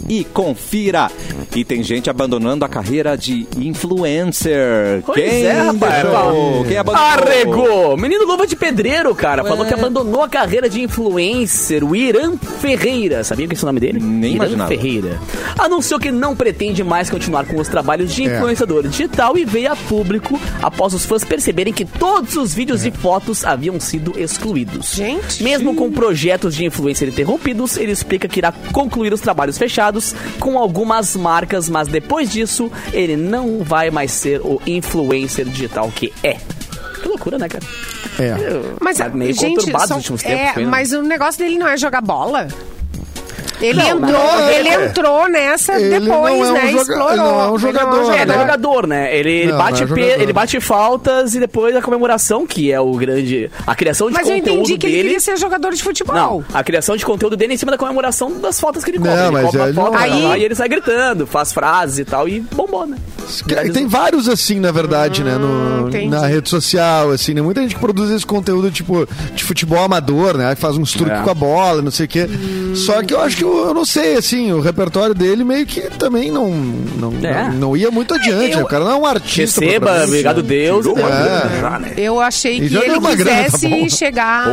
Speaker 1: e confira. E tem gente abandonando a carreira de influencer.
Speaker 3: Pois
Speaker 1: Quem
Speaker 3: é, rapaz.
Speaker 1: abandonou? É. Quem abandonou?
Speaker 3: Arregou! Menino Luva de Pedreiro, cara, falou que abandonou a carreira de influencer, o Irã Ferreira. Sabia que esse é o nome dele?
Speaker 1: Nem
Speaker 3: Irã
Speaker 1: imaginava.
Speaker 3: Ferreira. Anunciou que não pretende mais continuar com os trabalhos de
Speaker 4: É.
Speaker 3: influenciador digital e veio a público após os fãs perceberem que todos os vídeos e fotos haviam sido excluídos.
Speaker 2: Gente.
Speaker 3: Mesmo com projetos de influencer interrompidos, ele explica que irá concluir os trabalhos fechados com algumas marcas, mas depois disso, ele não vai mais ser o influencer digital que é. Que loucura, né, cara?
Speaker 4: É.
Speaker 2: Mas,
Speaker 3: Tá meio
Speaker 2: gente,
Speaker 3: conturbado
Speaker 2: só-
Speaker 3: nos últimos tempos.
Speaker 2: é,
Speaker 3: foi, né?
Speaker 2: mas o negócio dele não é jogar bola. Ele entrou,
Speaker 4: não,
Speaker 2: ele
Speaker 4: é.
Speaker 2: entrou nessa
Speaker 4: Ele
Speaker 2: depois,
Speaker 4: não é um
Speaker 2: né?
Speaker 4: joga-
Speaker 2: Explorou.
Speaker 4: ele não é um
Speaker 2: Ele
Speaker 4: jogador,
Speaker 3: É, ele é
Speaker 4: né?
Speaker 3: jogador, né? Ele, ele
Speaker 4: Não,
Speaker 3: bate
Speaker 4: não é
Speaker 3: pe-
Speaker 4: jogador.
Speaker 3: ele bate faltas e depois a comemoração, que é o grande. A criação de
Speaker 2: Mas eu
Speaker 3: conteúdo
Speaker 2: entendi que ele
Speaker 3: dele.
Speaker 2: queria ser jogador de futebol.
Speaker 3: Não, a criação de conteúdo dele é em cima da comemoração das faltas que ele cobra.
Speaker 4: Não,
Speaker 3: ele
Speaker 4: mas
Speaker 3: cobra a
Speaker 4: ele
Speaker 3: foto
Speaker 4: não- é.
Speaker 3: vai lá
Speaker 2: Aí-
Speaker 3: e ele sai gritando, faz frases e tal, e bombou, né?
Speaker 4: Que- Tem vários assim, na verdade, né? no-
Speaker 2: Hum, entendi.
Speaker 4: na rede social, assim, né? Muita gente que produz esse conteúdo, tipo, de futebol amador, né? Que faz uns truques
Speaker 3: É.
Speaker 4: com a bola, não sei o quê.
Speaker 2: Hum.
Speaker 4: Só que eu acho que eu, eu não sei, assim, o repertório dele meio que também não, não,
Speaker 3: É.
Speaker 4: não, não ia muito adiante.
Speaker 2: eu-
Speaker 4: né? O cara não é um artista.
Speaker 3: Receba,
Speaker 4: propriamente,
Speaker 3: obrigado
Speaker 4: né?
Speaker 3: Deus. e depois-
Speaker 4: É.
Speaker 5: né?
Speaker 2: Eu achei
Speaker 4: E
Speaker 2: que
Speaker 4: já deu
Speaker 2: ele
Speaker 4: uma grana, tá
Speaker 2: quisesse
Speaker 4: bom.
Speaker 2: chegar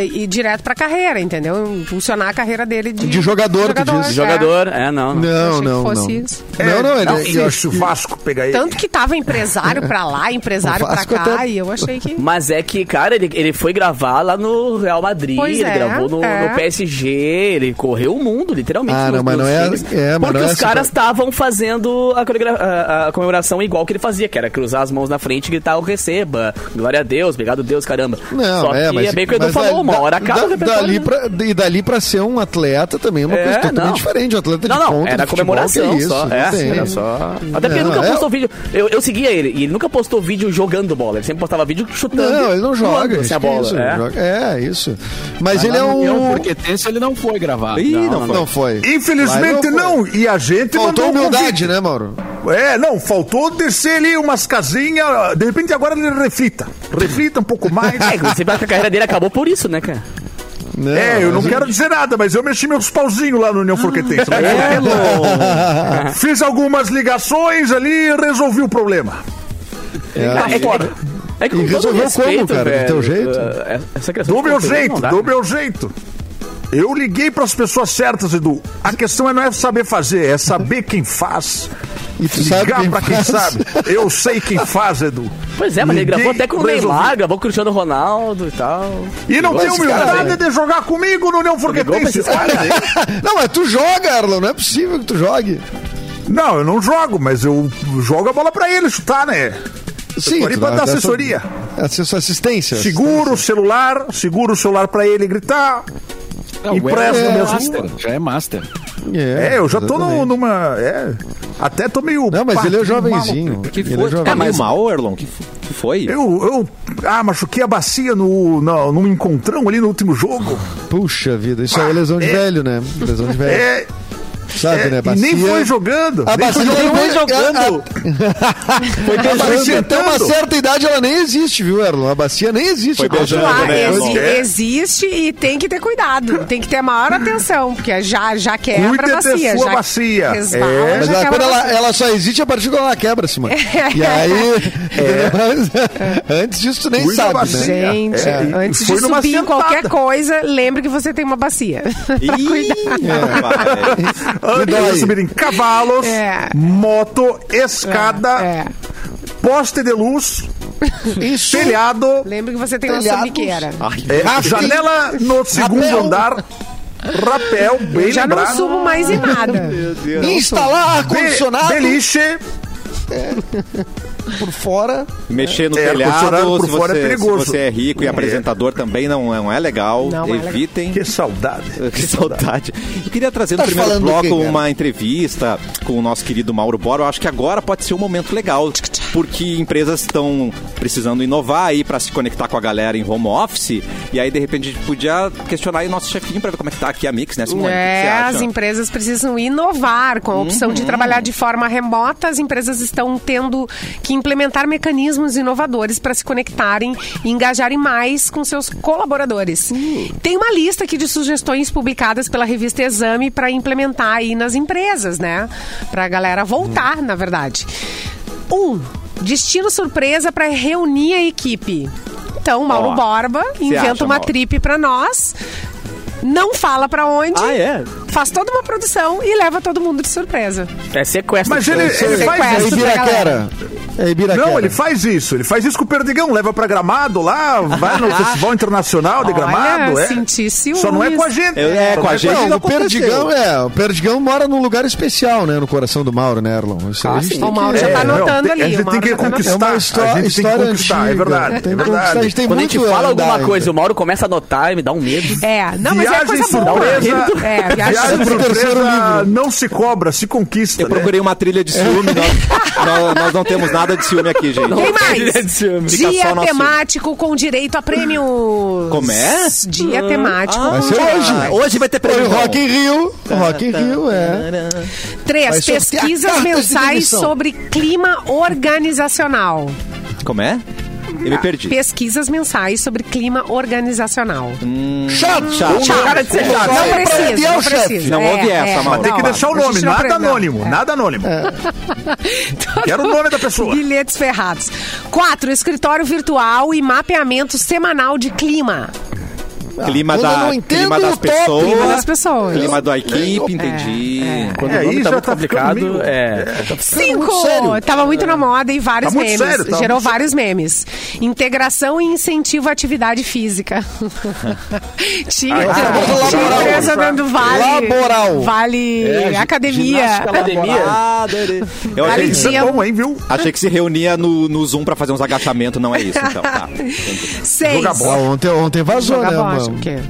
Speaker 2: e e direto pra carreira, entendeu? Funcionar a carreira dele de,
Speaker 4: De jogador, tu diz.
Speaker 2: é.
Speaker 3: Jogador, é, não. não.
Speaker 2: Achei
Speaker 4: Não,
Speaker 2: que
Speaker 4: não, não.
Speaker 2: fosse isso.
Speaker 4: Não, não, ele, é-
Speaker 5: não,
Speaker 4: eu acho
Speaker 5: isso, Vasco um pega ele.
Speaker 2: Tanto que tava empresário pra lá, empresário
Speaker 4: O
Speaker 2: pra
Speaker 4: Vasco
Speaker 2: cá,
Speaker 4: até-
Speaker 2: e eu achei que.
Speaker 3: Mas é que, cara, ele, ele foi gravar lá no Real Madrid,
Speaker 2: Pois
Speaker 3: ele
Speaker 2: é,
Speaker 3: gravou no,
Speaker 2: é.
Speaker 3: no PSG, ele correu o mundo, literalmente.
Speaker 4: Ah,
Speaker 3: nos-
Speaker 4: não, mas
Speaker 3: nos
Speaker 4: não é-
Speaker 3: filmes,
Speaker 4: é, mas
Speaker 3: porque
Speaker 4: não é
Speaker 3: os
Speaker 4: essa-
Speaker 3: caras estavam fazendo a, coreogra- a- a comemoração igual que ele fazia, que era cruzar as mãos na frente e gritar o receba, glória a Deus, obrigado Deus, caramba.
Speaker 4: Não,
Speaker 3: Só
Speaker 4: é,
Speaker 3: que
Speaker 4: mas,
Speaker 3: é bem que o Edu
Speaker 4: mas
Speaker 3: falou,
Speaker 4: da-
Speaker 3: uma hora acaba o
Speaker 4: da,
Speaker 3: repertório,
Speaker 4: dali
Speaker 3: né?
Speaker 4: pra, E dali pra ser um atleta também é uma
Speaker 3: É,
Speaker 4: coisa totalmente
Speaker 3: não.
Speaker 4: diferente. Um atleta
Speaker 3: Não,
Speaker 4: de
Speaker 3: não,
Speaker 4: ponta
Speaker 3: era
Speaker 4: de futebol,
Speaker 3: comemoração
Speaker 4: que é isso,
Speaker 3: só.
Speaker 4: não
Speaker 3: É,
Speaker 4: tem.
Speaker 3: era só. Até porque ele
Speaker 4: Não,
Speaker 3: nunca
Speaker 4: é-
Speaker 3: postou vídeo. Eu, eu seguia ele e ele nunca postou vídeo jogando bola. Ele sempre postava vídeo chutando.
Speaker 4: Não, ele não joga.
Speaker 3: voando,
Speaker 4: gente,
Speaker 3: assim, a
Speaker 4: que
Speaker 3: bola.
Speaker 4: isso,
Speaker 3: é.
Speaker 4: joga- é. isso. Mas ele é
Speaker 6: Não,
Speaker 4: um.
Speaker 6: Porque tenso ele não foi gravar.
Speaker 1: Ih, não, foi.
Speaker 4: Não foi.
Speaker 5: Infelizmente
Speaker 4: Lá
Speaker 5: não, E a gente mandou
Speaker 4: Faltou
Speaker 5: um
Speaker 4: humildade, né, Mauro?
Speaker 5: convite. É, não, faltou descer ali umas casinhas. De repente agora ele reflita. Reflita um pouco mais.
Speaker 3: então, É, inclusive a carreira dele acabou por isso, né, cara?
Speaker 4: Não,
Speaker 5: é, eu não
Speaker 4: mas-
Speaker 5: quero dizer nada, mas eu mexi meus pauzinhos lá no União Forquetense. Mas
Speaker 3: Ah.
Speaker 5: eu quero- Fiz algumas ligações ali e resolvi o problema.
Speaker 3: Ah, é, que-
Speaker 5: fora.
Speaker 3: é que
Speaker 4: E
Speaker 3: com todo
Speaker 4: resolveu como,
Speaker 3: respeito,
Speaker 4: cara? Do
Speaker 3: velho,
Speaker 4: teu jeito?
Speaker 3: eh, essa questão
Speaker 5: Do
Speaker 3: de
Speaker 5: meu
Speaker 3: conteúdo
Speaker 5: jeito,
Speaker 3: não dá.
Speaker 5: do meu jeito. Eu liguei para as pessoas certas, Edu. A questão é não é saber fazer, é saber quem faz.
Speaker 4: E tu sabe
Speaker 5: Ligar
Speaker 4: quem
Speaker 5: para quem
Speaker 4: faz?
Speaker 5: sabe. Eu sei quem faz, Edu.
Speaker 3: Pois é, mas ele
Speaker 5: Ninguém
Speaker 3: gravou até com o
Speaker 5: resolveu.
Speaker 3: Neymar, gravou com o Cristiano Ronaldo e tal.
Speaker 5: E não tem
Speaker 4: Mas,
Speaker 5: humildade
Speaker 4: cara,
Speaker 5: de jogar comigo no União Forquetense. Olha,
Speaker 4: Não, mas tu joga, Arlon. Não é possível que tu jogue.
Speaker 5: Não, eu não jogo, mas eu jogo a bola para ele chutar, né?
Speaker 4: Sim.
Speaker 5: Assessoria
Speaker 4: tu
Speaker 5: pra dar
Speaker 4: dá- dá essa-
Speaker 5: assessoria.
Speaker 4: Assessor- Assistência.
Speaker 5: Seguro o celular, seguro o celular para ele gritar.
Speaker 6: Não, o
Speaker 5: Empresta
Speaker 6: Wesley
Speaker 5: mesmo.
Speaker 6: Master, já é master.
Speaker 5: É, eu já tô
Speaker 4: exatamente.
Speaker 5: num- numa. É, até tô meio.
Speaker 4: Não, mas ele é
Speaker 5: pá,
Speaker 4: jovenzinho.
Speaker 5: maluco.
Speaker 4: Ele
Speaker 1: foi?
Speaker 4: é jovenzinho.
Speaker 1: Tá meio mal, Erlon? Que f- que foi?
Speaker 5: Eu, eu. Ah, machuquei a bacia no, no, num encontrão ali no último jogo.
Speaker 4: Puxa vida, isso aí é lesão de
Speaker 5: É.
Speaker 4: velho, né? Lesão de velho.
Speaker 5: É.
Speaker 4: Sabe,
Speaker 5: é,
Speaker 4: né?
Speaker 5: e
Speaker 4: Bacia.
Speaker 5: nem foi jogando.
Speaker 4: A
Speaker 5: nem
Speaker 4: bacia
Speaker 5: foi
Speaker 4: não
Speaker 5: jogando.
Speaker 4: foi jogando.
Speaker 5: Foi
Speaker 4: A bacia até
Speaker 5: tentando.
Speaker 4: uma certa idade ela nem existe, viu, Erlon? A bacia nem existe.
Speaker 1: Foi
Speaker 4: Erlon.
Speaker 1: beijando,
Speaker 2: Lá,
Speaker 1: né,
Speaker 2: exi-
Speaker 1: Erlon?
Speaker 5: É.
Speaker 2: existe e tem que ter cuidado, tem que ter maior atenção, porque já, já quebra
Speaker 5: Cuida
Speaker 2: a
Speaker 5: da
Speaker 2: bacia.
Speaker 5: sua
Speaker 2: já
Speaker 5: bacia.
Speaker 2: resvala,
Speaker 5: É.
Speaker 4: Mas
Speaker 2: já tá
Speaker 4: ela,
Speaker 2: quebra
Speaker 4: quando
Speaker 2: a
Speaker 4: ela,
Speaker 2: bacia.
Speaker 4: ela só existe a partir quando ela quebra-se, mano. E aí.
Speaker 1: É.
Speaker 4: Mas, antes disso, tu nem
Speaker 5: Cuida da
Speaker 4: sabe, né?
Speaker 5: bacia.
Speaker 2: Gente,
Speaker 5: É, e-
Speaker 2: antes
Speaker 5: e
Speaker 2: de
Speaker 5: foi numa
Speaker 2: subir em qualquer
Speaker 5: sentada.
Speaker 2: coisa, lembre que você tem uma bacia.
Speaker 1: Ih, rapaz.
Speaker 4: Me
Speaker 5: Antes
Speaker 4: dói.
Speaker 5: de subir em cavalos,
Speaker 2: É.
Speaker 5: moto, escada,
Speaker 2: É.
Speaker 5: poste de luz,
Speaker 4: Isso.
Speaker 5: telhado,
Speaker 2: Lembre que você tem uma
Speaker 4: Telhados.
Speaker 2: sambiqueira.
Speaker 5: é, janela no segundo
Speaker 4: Rapel.
Speaker 5: andar, rapel, bem
Speaker 2: Eu já não
Speaker 5: lembrado,
Speaker 2: subo mais em nada.
Speaker 4: Instalar
Speaker 5: be-
Speaker 4: ar-condicionado
Speaker 5: beliche,
Speaker 4: por fora.
Speaker 1: Mexer no
Speaker 5: É,
Speaker 1: telhado,
Speaker 5: ar-condicionado por
Speaker 1: se
Speaker 5: fora é
Speaker 1: você, se
Speaker 5: perigoso.
Speaker 1: você é rico e apresentador também não é, não é legal.
Speaker 2: Não é legal.
Speaker 1: Evitem.
Speaker 5: que saudade.
Speaker 1: Que saudade. Eu queria trazer no
Speaker 4: Tá
Speaker 1: primeiro
Speaker 4: falando do
Speaker 1: bloco
Speaker 4: quê, cara?
Speaker 1: uma entrevista com o nosso querido Mauro Boro. Eu acho que agora pode ser um momento legal, porque empresas estão precisando inovar aí para se conectar com a galera em home office. E aí, de repente, a gente podia questionar aí o nosso chefinho para ver como é que tá aqui a Mix, né, Simone? O que que você
Speaker 2: É,
Speaker 1: acha? Uhum.
Speaker 2: as empresas precisam inovar com a opção de trabalhar de forma remota. As empresas estão tendo que implementar mecanismos inovadores para se conectarem e engajarem mais com seus colaboradores. Tem uma lista aqui de sugestões publicadas pela revista Exame para implementar aí nas empresas, né? Para a galera voltar,
Speaker 1: Hum.
Speaker 2: na verdade. Um, destino surpresa para reunir a equipe. Então, Mauro
Speaker 1: Ó,
Speaker 2: Borba inventa
Speaker 1: acha,
Speaker 2: uma
Speaker 1: Mauro?
Speaker 2: trip para nós. Não fala pra onde.
Speaker 1: Ah, é?
Speaker 2: Faz toda uma produção e leva todo mundo de surpresa.
Speaker 3: É sequestro.
Speaker 5: Mas ele,
Speaker 4: Esse-
Speaker 5: ele
Speaker 4: É
Speaker 5: faz
Speaker 2: Sequestro.
Speaker 5: isso.
Speaker 4: Ibiraquera. É Ibiraquera.
Speaker 5: Não, ele faz isso. Ele faz isso com o Perdigão. Leva pra Gramado lá, vai no Festival Internacional de
Speaker 2: Ah. Olha,
Speaker 5: Gramado. é.
Speaker 2: senti ciúmes.
Speaker 5: Só não é com a gente.
Speaker 1: Eu- é,
Speaker 5: Só
Speaker 1: com a
Speaker 5: não
Speaker 1: gente
Speaker 4: Não,
Speaker 1: Não
Speaker 4: o Perdigão é. O Perdigão mora num lugar especial, né? No coração do Mauro, né, Erlon? Isso
Speaker 1: Ah,
Speaker 4: aí a gente
Speaker 2: O
Speaker 4: tem
Speaker 2: Mauro
Speaker 4: que-
Speaker 2: já tá
Speaker 5: É, não,
Speaker 2: anotando
Speaker 5: tem-
Speaker 2: ali.
Speaker 5: A gente
Speaker 2: o
Speaker 5: tem
Speaker 2: Mauro
Speaker 4: é
Speaker 5: que
Speaker 2: já tá anotando.
Speaker 5: conquistar. a gente tem que conquistar, é verdade.
Speaker 4: Tem
Speaker 5: é
Speaker 4: que conquistar, a gente
Speaker 5: verdade.
Speaker 4: tem
Speaker 3: Quando a
Speaker 4: muito
Speaker 3: gente fala
Speaker 4: a
Speaker 3: alguma
Speaker 4: andar
Speaker 3: coisa,
Speaker 4: ainda.
Speaker 3: o Mauro começa a anotar e me dá um medo.
Speaker 2: É, não, mas é
Speaker 5: viagem
Speaker 2: coisa boa.
Speaker 5: surpresa.
Speaker 2: É, viagem surpresa.
Speaker 5: Viagem
Speaker 4: pro
Speaker 5: surpresa
Speaker 4: terceiro livro.
Speaker 5: não se cobra, se conquista.
Speaker 1: Eu
Speaker 5: né?
Speaker 1: procurei uma trilha de ciúme. Nós, nós- nós não temos nada de ciúme aqui, gente.
Speaker 2: Tem
Speaker 3: Trilha de
Speaker 2: mais.
Speaker 3: ciúme.
Speaker 1: Fica só
Speaker 2: Dia
Speaker 1: nosso-
Speaker 2: temático com direito a prêmios.
Speaker 1: Como é?
Speaker 2: Dia temático.
Speaker 4: Vai ser hoje.
Speaker 1: Hoje vai ter
Speaker 4: Foi
Speaker 1: prêmio.
Speaker 4: o Rock in Rio. Rock in Rio, é. Vai
Speaker 2: Três,
Speaker 4: sortear
Speaker 2: pesquisas
Speaker 4: cartas de
Speaker 2: mensais
Speaker 4: demissão.
Speaker 2: sobre clima organizacional.
Speaker 1: Como é? Eu
Speaker 2: Ah,
Speaker 1: me perdi.
Speaker 2: Pesquisas mensais sobre clima organizacional.
Speaker 4: Chato,
Speaker 1: chato.
Speaker 3: Cara de ser
Speaker 5: Tá,
Speaker 3: chato.
Speaker 2: Não
Speaker 4: é
Speaker 2: precisa,
Speaker 4: prender
Speaker 2: não
Speaker 4: o chefe.
Speaker 2: precisa.
Speaker 1: Não
Speaker 2: É,
Speaker 1: houve essa,
Speaker 2: é,
Speaker 1: Mauro.
Speaker 5: Tem
Speaker 2: não,
Speaker 5: que
Speaker 1: Não,
Speaker 5: deixar o
Speaker 2: a gente não
Speaker 5: nome,
Speaker 2: É.
Speaker 5: nada
Speaker 2: aprende, não.
Speaker 5: anônimo, nada anônimo. Quero o nome da pessoa.
Speaker 2: Bilhetes ferrados. Quatro, escritório virtual e mapeamento semanal de clima. Ah,
Speaker 1: Clima,
Speaker 4: Quando eu
Speaker 1: da,
Speaker 4: não entendo
Speaker 1: clima das
Speaker 4: o top,
Speaker 1: pessoas.
Speaker 2: Clima das pessoas. É,
Speaker 1: Clima da equipe, entendi.
Speaker 3: Quando
Speaker 5: É,
Speaker 3: o nome
Speaker 5: aí
Speaker 3: tá
Speaker 5: já
Speaker 3: muito
Speaker 5: tá ficando
Speaker 3: complicado,
Speaker 5: meio-
Speaker 3: é.
Speaker 2: Cinco!
Speaker 4: muito sério.
Speaker 2: Tava muito na moda e vários
Speaker 5: Tá muito
Speaker 2: memes.
Speaker 5: sério, tá
Speaker 2: Gerou
Speaker 5: muito
Speaker 2: vários memes. Integração e incentivo à atividade física. tinha tinha
Speaker 5: Ah, vamos
Speaker 4: laboral.
Speaker 2: empresa dando vale.
Speaker 4: Laboral.
Speaker 2: Vale
Speaker 6: É, gi-
Speaker 2: academia.
Speaker 6: ginástica laboral.
Speaker 1: Ah, adorei. Eu
Speaker 2: Cara,
Speaker 1: achei,
Speaker 5: Isso é
Speaker 2: dia-
Speaker 5: bom, hein, viu?
Speaker 1: achei que se reunia no, no Zoom pra fazer uns agachamentos, não é isso, então. Tá.
Speaker 2: Seis.
Speaker 5: Jogar bola.
Speaker 4: Ah, ontem, ontem vazou,
Speaker 2: Jogar
Speaker 4: né?
Speaker 2: bola,
Speaker 4: mano?
Speaker 2: acho que é.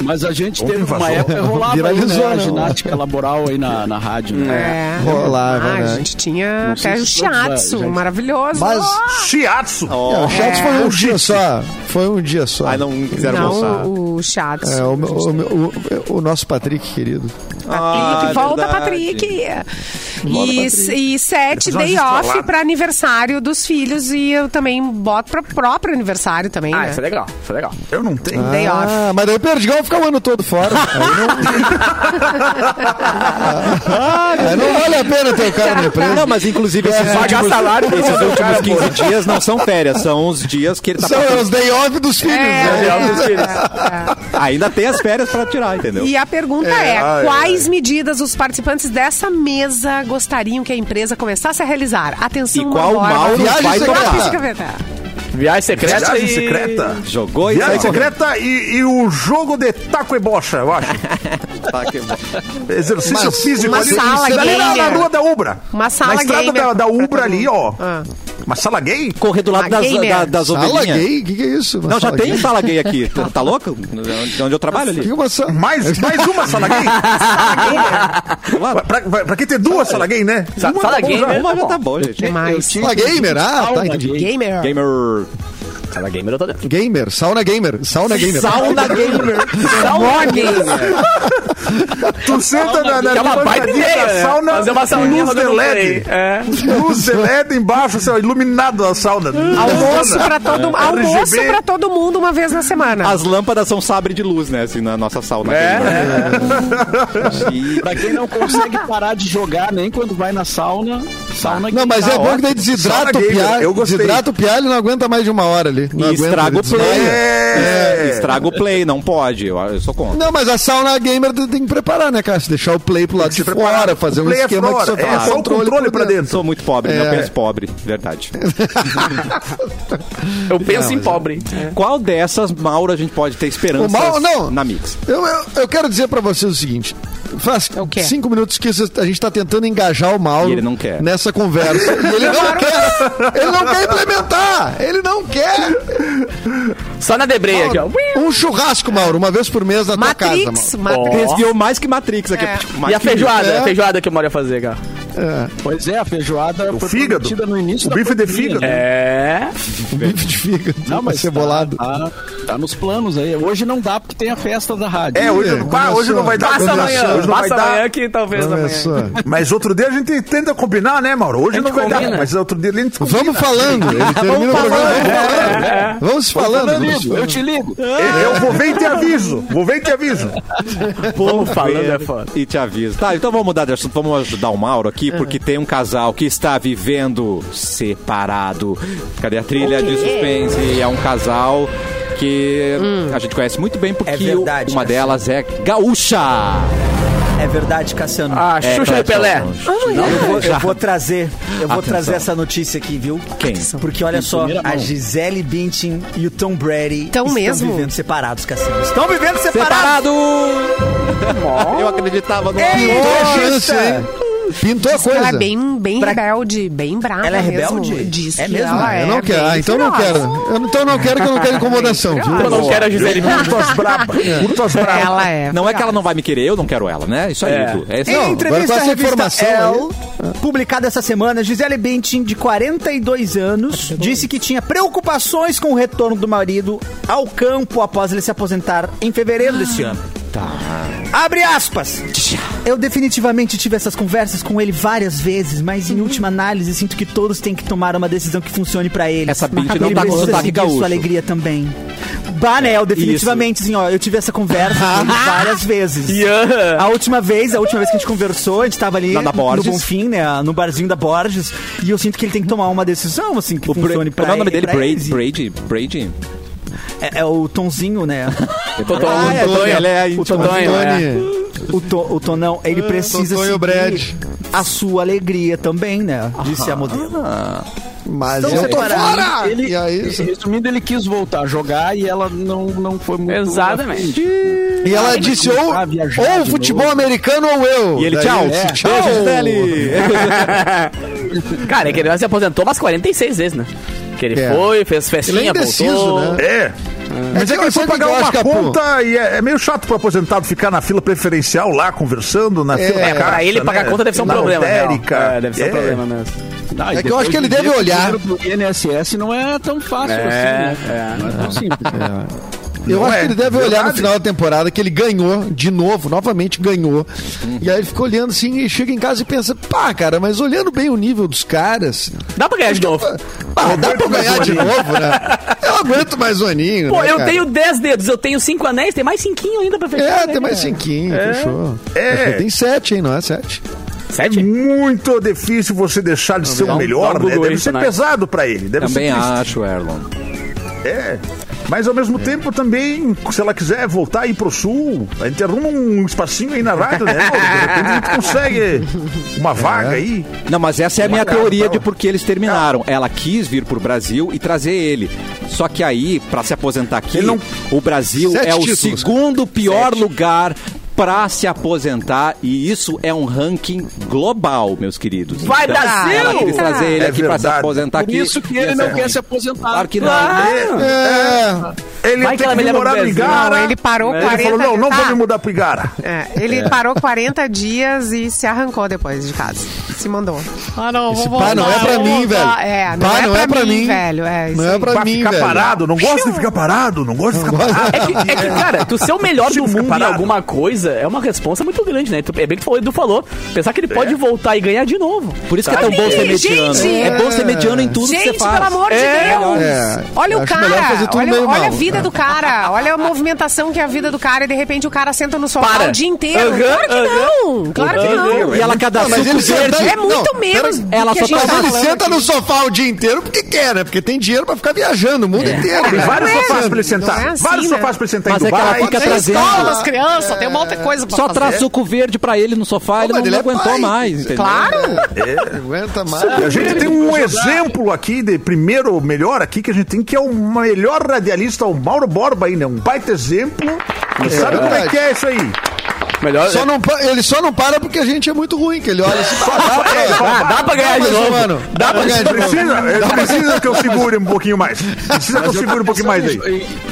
Speaker 6: Mas a gente teve
Speaker 5: vazou.
Speaker 6: uma época rolava
Speaker 4: Viralizou,
Speaker 6: aí, né, a
Speaker 4: né?
Speaker 6: ginástica laboral aí na, na rádio, né?
Speaker 2: É.
Speaker 4: Rolava,
Speaker 2: Ah,
Speaker 4: né?
Speaker 2: a gente tinha
Speaker 6: Não sei
Speaker 2: até o
Speaker 6: se todos
Speaker 2: shiatsu,
Speaker 6: já- já-
Speaker 2: maravilhoso.
Speaker 4: Mas-
Speaker 5: Shiatsu.
Speaker 4: É, o Chato foi um dia só. Foi um dia só.
Speaker 1: Ai, não quiseram
Speaker 2: não,
Speaker 1: mostrar.
Speaker 2: É, o, o shiatsu.
Speaker 4: É, o, meu- o meu- o- o nosso Patrick, querido.
Speaker 1: Ah,
Speaker 2: Patrick, volta,
Speaker 1: verdade.
Speaker 2: Patrick. E, e sete,
Speaker 5: Depois
Speaker 2: day
Speaker 5: nós
Speaker 2: off
Speaker 5: estrolado.
Speaker 2: pra aniversário dos filhos. E eu também boto pra próprio aniversário também,
Speaker 3: Ah,
Speaker 2: né?
Speaker 3: isso é legal, isso é legal.
Speaker 5: Eu não tenho.
Speaker 2: Day off.
Speaker 4: Ah, mas daí o Perdigão fica o ano todo fora. Aí não, Aí não vale a pena ter o cara na empresa.
Speaker 1: Não, mas inclusive
Speaker 4: É,
Speaker 1: esses
Speaker 4: tipo,
Speaker 3: pagar
Speaker 1: últimos,
Speaker 3: salário pro
Speaker 1: esses
Speaker 3: cara,
Speaker 1: últimos
Speaker 3: pô.
Speaker 1: 15 dias não são férias, são os dias que ele tá
Speaker 4: São
Speaker 1: passando.
Speaker 4: os day off dos filhos. né?
Speaker 2: É,
Speaker 3: dos filhos.
Speaker 2: é, é.
Speaker 1: Ainda tem as férias pra tirar, entendeu?
Speaker 2: E a pergunta é, quais medidas os participantes dessa mesa gostariam que a empresa começasse a realizar? Atenção,
Speaker 1: E qual
Speaker 2: Mauro.
Speaker 1: Mauro
Speaker 4: Viagem
Speaker 1: vai
Speaker 4: secreta.
Speaker 1: tomar?
Speaker 2: Lápis de caneta.
Speaker 3: Viagem secreta
Speaker 5: Viagem
Speaker 3: e...
Speaker 5: secreta.
Speaker 1: Jogou e
Speaker 5: Viagem
Speaker 1: saiu correndo.
Speaker 5: secreta e, e o jogo de taco e bocha, eu acho. Exercício
Speaker 4: Mas
Speaker 5: físico
Speaker 2: uma
Speaker 5: ali.
Speaker 2: sala
Speaker 5: ali na,
Speaker 2: gamer.
Speaker 5: na rua da Ubra.
Speaker 2: Uma sala
Speaker 5: Na estrada
Speaker 2: gamer
Speaker 5: da, da
Speaker 2: pra
Speaker 5: Ubra
Speaker 2: todo
Speaker 5: ali,
Speaker 2: mundo.
Speaker 5: ó.
Speaker 2: Ah.
Speaker 5: Uma sala gay?
Speaker 1: Correr do lado
Speaker 2: A
Speaker 1: das,
Speaker 2: gamer.
Speaker 1: da, das
Speaker 4: Sala
Speaker 1: ovelhinhas.
Speaker 4: gay? O que, que é isso? Uma
Speaker 1: Não, já
Speaker 4: sala
Speaker 1: tem
Speaker 4: gay?
Speaker 1: sala gay aqui. Tá, tá louco? De onde eu trabalho
Speaker 4: Que
Speaker 1: ali?
Speaker 4: uma sala...
Speaker 5: Mais, mais uma sala gay? Pra, pra, pra que ter duas sala gay, né?
Speaker 3: Sa-
Speaker 5: Uma
Speaker 3: sala
Speaker 5: tá bom
Speaker 3: gamer.
Speaker 5: já.
Speaker 1: Uma já tá bom, gente.
Speaker 2: Tem mais.
Speaker 4: Sala gamer? Ah, tá. entendi.
Speaker 2: Gamer.
Speaker 1: Gamer.
Speaker 3: Sala gamer eu tô
Speaker 5: Tá
Speaker 3: dentro.
Speaker 4: Gamer, sauna gamer, sauna gamer.
Speaker 3: Sauna gamer. Sauna gamer.
Speaker 5: Tu senta na, na,
Speaker 3: Que é uma
Speaker 5: na
Speaker 3: baita
Speaker 5: bancadinha
Speaker 3: ideia,
Speaker 5: da
Speaker 3: né?
Speaker 5: sauna,
Speaker 3: Fazer uma sauninha
Speaker 5: luz de
Speaker 3: rodando por
Speaker 5: LED.
Speaker 3: aí. É.
Speaker 5: Luz de LED embaixo, assim, ó, iluminado a sauna.
Speaker 2: Almoço pra todo, almoço
Speaker 5: RGB.
Speaker 2: pra todo mundo uma vez na semana.
Speaker 1: As lâmpadas são sabre de luz, né? Assim, na nossa sauna. E-
Speaker 6: Pra quem não consegue parar de jogar nem quando vai na sauna, sauna
Speaker 4: Não, mas
Speaker 6: tá
Speaker 4: é bom que
Speaker 6: ótimo.
Speaker 4: daí desidrata
Speaker 5: Sauna
Speaker 4: o piá.
Speaker 5: gamer, eu gostei.
Speaker 4: Desidrata o piá, ele não aguenta mais de uma hora ali. Não
Speaker 1: E
Speaker 4: aguenta,
Speaker 1: estraga
Speaker 4: ele
Speaker 1: o play.
Speaker 4: desmaia.
Speaker 5: É.
Speaker 1: Estraga o play, não pode. Eu, eu sou contra.
Speaker 4: Não, mas a sauna gamer tu tem que preparar, né, Cássio? Deixar o play pro lado de
Speaker 5: Se
Speaker 4: fora,
Speaker 5: preparar.
Speaker 4: fazer um
Speaker 5: Play é
Speaker 4: esquema que
Speaker 5: fora,
Speaker 4: só
Speaker 5: é
Speaker 4: faça
Speaker 5: só o controle pra dentro.
Speaker 1: Sou muito pobre, né?
Speaker 4: É.
Speaker 1: eu penso pobre, verdade.
Speaker 3: Eu penso em pobre.
Speaker 4: é.
Speaker 1: Qual dessas, Mauro, a gente pode ter esperanças
Speaker 4: O Mauro, não.
Speaker 1: na Mix?
Speaker 4: Eu, eu, eu quero dizer pra vocês o seguinte. Faz
Speaker 2: É o quê?
Speaker 4: cinco minutos que a gente tá tentando engajar o Mauro
Speaker 1: E ele não quer.
Speaker 4: nessa conversa. E ele não quer. Ele não quer implementar. Ele não quer.
Speaker 3: É. Só na debreia aqui, ó.
Speaker 4: Um churrasco, Mauro, uma vez por mês na tua casa,
Speaker 2: Matrix,
Speaker 4: Mauro.
Speaker 2: Matrix.
Speaker 1: Desviou mais que Matrix aqui.
Speaker 2: É.
Speaker 1: tipo, mais
Speaker 3: E a
Speaker 1: que-
Speaker 3: feijoada,
Speaker 4: É.
Speaker 3: a feijoada que o Mauro ia fazer, cara.
Speaker 6: Pois é, a feijoada foi
Speaker 5: fígado.
Speaker 6: prometida no início
Speaker 5: O
Speaker 6: da
Speaker 5: bife de
Speaker 6: pandemia,
Speaker 5: fígado.
Speaker 6: né?
Speaker 3: É.
Speaker 4: Um bife de fígado,
Speaker 6: Não, mas
Speaker 4: cebolado.
Speaker 6: Tá, tá- tá nos planos aí. Hoje não dá porque tem a festa da rádio.
Speaker 5: É, hoje, não- pá, hoje não vai dar.
Speaker 3: Passa
Speaker 5: hoje não-
Speaker 3: amanhã,
Speaker 5: Hoje não vai
Speaker 3: passa
Speaker 5: dar.
Speaker 3: amanhã que talvez
Speaker 4: Olha
Speaker 3: amanhã.
Speaker 4: é só.
Speaker 5: Mas outro dia a gente tenta combinar, né, Mauro? Hoje
Speaker 3: A gente
Speaker 5: não vai
Speaker 3: combina.
Speaker 5: dar, mas outro dia a gente combina.
Speaker 4: Vamos falando. Ele termina o programa. Vamos falando. Vamos se falando.
Speaker 6: Eu
Speaker 4: Vamos
Speaker 6: ligo, eu te ligo.
Speaker 5: É, Eu vou ver e te aviso. Vou ver e te aviso.
Speaker 3: Vamos falando
Speaker 1: ver
Speaker 3: é foda. É.
Speaker 1: E te aviso. Tá, então vamos mudar de assunto, vamos ajudar o Mauro aqui, porque tem um casal que está vivendo separado. Cadê a trilha de suspense? É um casal que a gente conhece muito bem, porque
Speaker 8: É verdade,
Speaker 1: uma
Speaker 8: Cassiano.
Speaker 1: delas é gaúcha.
Speaker 8: É verdade, Cassiano.
Speaker 3: Ah,
Speaker 1: É,
Speaker 3: Xuxa
Speaker 1: Clayton.
Speaker 3: e Pelé.
Speaker 8: Eu vou, eu vou trazer, eu vou
Speaker 1: Atenção.
Speaker 8: trazer essa notícia aqui, viu?
Speaker 1: Quem?
Speaker 8: Porque olha só,
Speaker 6: primeira mão.
Speaker 8: a Gisele Bündchen e o Tom Brady
Speaker 2: Tão
Speaker 8: estão
Speaker 2: mesmo?
Speaker 8: vivendo separados, Cassiano. Estão vivendo separados.
Speaker 1: Separado! Eu acreditava no amor.
Speaker 4: Pintou a chance, hein? Pintou a coisa.
Speaker 2: Ela é bem, bem
Speaker 8: Pra-
Speaker 2: rebelde, bem brava
Speaker 8: Ela é
Speaker 2: mesmo.
Speaker 8: rebelde?
Speaker 2: Diz
Speaker 8: É
Speaker 2: que
Speaker 8: mesmo?
Speaker 2: ela
Speaker 4: Ah,
Speaker 2: é
Speaker 4: eu não quero.
Speaker 2: bem
Speaker 4: Ah, então eu não quero.
Speaker 2: feroz.
Speaker 4: Eu, então eu não quero que eu não quero incomodação, viu?
Speaker 3: Eu não quero a Gisele.
Speaker 5: Curto as braba. Curto as braba.
Speaker 2: Ela é.
Speaker 1: Não é que ela não vai me querer, eu não quero ela, né? Isso aí,
Speaker 3: É.
Speaker 1: Edu. É isso
Speaker 8: Em
Speaker 1: aí.
Speaker 4: agora com
Speaker 8: entrevista à
Speaker 4: essa
Speaker 8: revista
Speaker 4: informação
Speaker 8: Elle, publicada essa semana, Gisele Bündchen, de 42 anos, disse que tinha preocupações com o retorno do marido ao campo após ele se aposentar em fevereiro deste ano.
Speaker 1: Tá.
Speaker 8: Abre aspas. Eu definitivamente tive essas conversas com ele várias vezes, mas em última análise sinto que todos têm que tomar uma decisão que funcione pra ele.
Speaker 1: Essa bitch
Speaker 8: Ele
Speaker 1: não tá com
Speaker 8: precisa
Speaker 1: sotaque
Speaker 8: seguir
Speaker 1: gaúcho. É,
Speaker 8: sua alegria também. Banel, definitivamente, sim, ó, eu tive essa conversa com ele várias vezes.
Speaker 3: Ian.
Speaker 8: A última vez, a última vez que a gente conversou, a gente tava ali
Speaker 1: Lá É. na
Speaker 8: no
Speaker 1: Borges.
Speaker 8: Bonfim, né? No barzinho da Borges. E eu sinto que ele tem que tomar uma decisão, assim, que
Speaker 1: O Bra-
Speaker 8: funcione pra
Speaker 1: Como é o nome dele?
Speaker 8: pra
Speaker 1: Brady?
Speaker 8: eles.
Speaker 1: Brady? Brady?
Speaker 8: É, é o Tonzinho, né?
Speaker 3: Totó,
Speaker 1: Ah, é,
Speaker 3: Tontonho.
Speaker 1: ele é
Speaker 3: O
Speaker 1: íntimo.
Speaker 3: Tontonho, é.
Speaker 4: Tony,
Speaker 8: o, to, o Tonão,
Speaker 4: É,
Speaker 8: ele precisa
Speaker 4: Tontonho
Speaker 8: seguir
Speaker 4: Brad.
Speaker 8: a sua alegria também, né?
Speaker 1: Ah.
Speaker 8: Disse a modelo.
Speaker 4: mas
Speaker 8: Então
Speaker 4: eu tô
Speaker 8: separaram.
Speaker 4: fora!
Speaker 6: Ele,
Speaker 4: E aí,
Speaker 6: resumindo, ele quis voltar a jogar e ela não, não foi muito.
Speaker 3: Exatamente.
Speaker 4: e ela disse ou,
Speaker 6: começar a viajar
Speaker 4: ou
Speaker 6: de
Speaker 4: futebol americano ou eu.
Speaker 1: E ele,
Speaker 4: Daí
Speaker 1: tchau.
Speaker 4: ele disse, tchau.
Speaker 1: Beijo, Gisele.
Speaker 3: Cara, é que ele se aposentou umas 46 vezes, né? Que ele
Speaker 4: É.
Speaker 3: foi, fez
Speaker 4: Ele é
Speaker 3: festinha,
Speaker 4: indeciso,
Speaker 3: voltou.
Speaker 4: né?
Speaker 5: É. Mas é que ele foi pagar uma conta e é, é meio chato pro aposentado ficar na fila preferencial lá, conversando na fila da
Speaker 4: pra
Speaker 5: caixa,
Speaker 3: Pra ele pagar
Speaker 5: né?
Speaker 3: conta deve ser um
Speaker 5: Na
Speaker 3: problema, né?
Speaker 5: lotérica.
Speaker 3: É, deve ser
Speaker 5: É.
Speaker 3: um problema mesmo.
Speaker 6: Ah, e
Speaker 4: É que eu
Speaker 6: depois
Speaker 4: acho que ele
Speaker 6: do
Speaker 4: deve
Speaker 6: dia,
Speaker 4: olhar.
Speaker 6: O dinheiro pro INSS não é tão fácil
Speaker 3: É,
Speaker 6: assim, né? Não é tão simples.
Speaker 4: Eu
Speaker 5: Não
Speaker 4: acho
Speaker 5: é,
Speaker 4: que ele deve
Speaker 5: verdade.
Speaker 4: olhar no final da temporada que ele ganhou de novo, novamente ganhou.
Speaker 5: Uhum.
Speaker 4: E aí ele fica olhando assim e chega em casa e pensa, pá, cara, mas olhando bem o nível dos caras,
Speaker 3: Dá pra ganhar de
Speaker 4: é
Speaker 3: novo.
Speaker 4: pá, dá pra eu
Speaker 5: um
Speaker 4: ganhar de novo, né? Eu aguento mais um aninho.
Speaker 3: Pô,
Speaker 4: né,
Speaker 3: eu
Speaker 4: cara?
Speaker 3: tenho 10 dedos, eu tenho 5 anéis, tem mais 5 ainda pra fechar.
Speaker 4: É,
Speaker 3: né,
Speaker 4: tem mais
Speaker 3: cara?
Speaker 4: cinquinho, fechou.
Speaker 5: É.
Speaker 4: Acho que Tem sete, hein? Não é sete?
Speaker 3: Sete?
Speaker 5: Muito difícil você deixar de ser
Speaker 3: dá
Speaker 5: o
Speaker 3: um-
Speaker 5: melhor,
Speaker 3: dá um
Speaker 5: né?
Speaker 3: Google
Speaker 5: Deve
Speaker 3: aí,
Speaker 5: ser
Speaker 3: Sonai.
Speaker 5: pesado pra ele. Deve
Speaker 1: Também
Speaker 5: ser triste.
Speaker 1: acho, Erlon.
Speaker 5: É. Mas ao mesmo tempo também, se ela quiser voltar aí pro sul, a gente arruma um espacinho aí na rádio, né? Mauro? De repente a gente consegue uma vaga aí.
Speaker 1: Não, mas essa é a minha
Speaker 5: Cara,
Speaker 1: teoria
Speaker 5: então-
Speaker 1: de por que eles terminaram. Ela quis vir pro Brasil e trazer ele. Só que aí, pra se aposentar aqui,
Speaker 5: Ele não-
Speaker 1: o Brasil
Speaker 4: Sete
Speaker 1: é o
Speaker 4: títulos, cara.
Speaker 1: segundo pior lugar pra se aposentar e isso é um ranking global, meus queridos. Então,
Speaker 3: Vai, Brasil!
Speaker 1: Ela quis trazer ele
Speaker 5: É
Speaker 1: aqui pra se
Speaker 5: verdade.
Speaker 1: aposentar
Speaker 6: Por
Speaker 1: aqui.
Speaker 6: isso que
Speaker 1: Ia
Speaker 6: ele
Speaker 1: ser
Speaker 6: não
Speaker 1: ruim.
Speaker 6: quer se aposentar.
Speaker 1: Claro que não.
Speaker 4: É.
Speaker 5: Ele
Speaker 3: Vai que
Speaker 5: tem
Speaker 3: ela
Speaker 5: que
Speaker 3: me
Speaker 5: vir
Speaker 3: leva
Speaker 5: morar
Speaker 3: pro
Speaker 5: no
Speaker 3: Brasil.
Speaker 5: Igara.
Speaker 2: Não, ele parou
Speaker 5: Ele
Speaker 2: 40
Speaker 5: falou, não, não vou
Speaker 2: tá.
Speaker 5: me mudar pro Igara.
Speaker 2: É, ele parou 40 dias e se arrancou depois de casa. Se mandou.
Speaker 9: Ah, não,
Speaker 4: Esse
Speaker 9: vou
Speaker 4: pá não é
Speaker 9: voltar,
Speaker 4: pra
Speaker 9: vou
Speaker 4: mim,
Speaker 9: voltar.
Speaker 4: velho.
Speaker 2: É, não
Speaker 4: Pá
Speaker 2: é pra mim, velho, é isso
Speaker 4: não é
Speaker 2: aí.
Speaker 4: pra
Speaker 5: Pra
Speaker 4: mim,
Speaker 5: ficar
Speaker 4: velho.
Speaker 5: parado, não gosto de ficar parado, não gosto de ficar parado.
Speaker 3: É que, é que, cara, tu ser o melhor
Speaker 5: Tipo,
Speaker 3: do mundo em
Speaker 5: parado.
Speaker 3: alguma coisa é uma responsa muito grande, né? Tu- É bem que tu falou, Edu falou. Pensar que ele pode voltar e ganhar de novo.
Speaker 1: Por isso que é tão bom ser
Speaker 2: Ih, gente!
Speaker 1: mediano. É bom ser mediano em tudo que
Speaker 2: Gente,
Speaker 1: você faz.
Speaker 2: pelo amor de Deus!
Speaker 4: É,
Speaker 2: olha o
Speaker 4: acho melhor fazer
Speaker 2: cara,
Speaker 4: tudo
Speaker 2: olha,
Speaker 4: meio
Speaker 2: olha a
Speaker 4: mal.
Speaker 2: vida
Speaker 4: É.
Speaker 2: do cara, olha a movimentação que é a vida do cara e de repente o cara senta no sofá
Speaker 3: Para.
Speaker 2: o dia inteiro.
Speaker 3: Aham,
Speaker 2: claro que não, claro que não.
Speaker 1: E ela cada
Speaker 4: Mas ele
Speaker 1: suco
Speaker 4: senta-
Speaker 1: verde.
Speaker 2: É muito
Speaker 4: Não,
Speaker 2: menos
Speaker 4: peraí.
Speaker 2: do
Speaker 1: Ela
Speaker 2: que
Speaker 1: só
Speaker 2: a gente
Speaker 1: tá
Speaker 2: tá
Speaker 4: Mas ele
Speaker 2: falando
Speaker 4: senta
Speaker 2: aqui.
Speaker 4: no sofá o dia inteiro porque quer, né? Porque tem dinheiro pra ficar viajando o mundo inteiro.
Speaker 5: Tem vários sofás pra ele
Speaker 2: Não
Speaker 5: sentar.
Speaker 2: é assim,
Speaker 5: vários
Speaker 2: né?
Speaker 5: sofás pra ele sentar
Speaker 1: Mas
Speaker 5: em
Speaker 1: é que ela
Speaker 5: Dubai.
Speaker 1: fica
Speaker 5: Tem
Speaker 1: trazendo.
Speaker 9: Escola, as crianças, tem um monte de coisa pra
Speaker 1: Só
Speaker 9: fazer.
Speaker 1: traz suco verde pra ele no sofá, ele
Speaker 4: mas
Speaker 1: não,
Speaker 4: ele é
Speaker 1: aguentou
Speaker 4: pai.
Speaker 1: mais, entendeu?
Speaker 2: Claro!
Speaker 4: É, Aguenta
Speaker 5: A
Speaker 4: mais.
Speaker 5: gente tem um exemplo aqui de primeiro melhor aqui que a gente tem, que é o melhor radialista, o Mauro Borba aí, né? Um baita exemplo. E sabe como é
Speaker 4: verdade.
Speaker 5: que é isso aí?
Speaker 3: Melhor.
Speaker 4: Só não pa- ele só não para porque a gente é muito ruim, que ele olha assim, pá, dá pra,
Speaker 3: Ah, dá pra ganhar de
Speaker 4: mais um
Speaker 3: novo.
Speaker 4: ano.
Speaker 3: Dá pra ganhar de novo.
Speaker 5: Precisa, precisa que eu segure um pouquinho mais. Precisa que eu segure um pouquinho mais aí.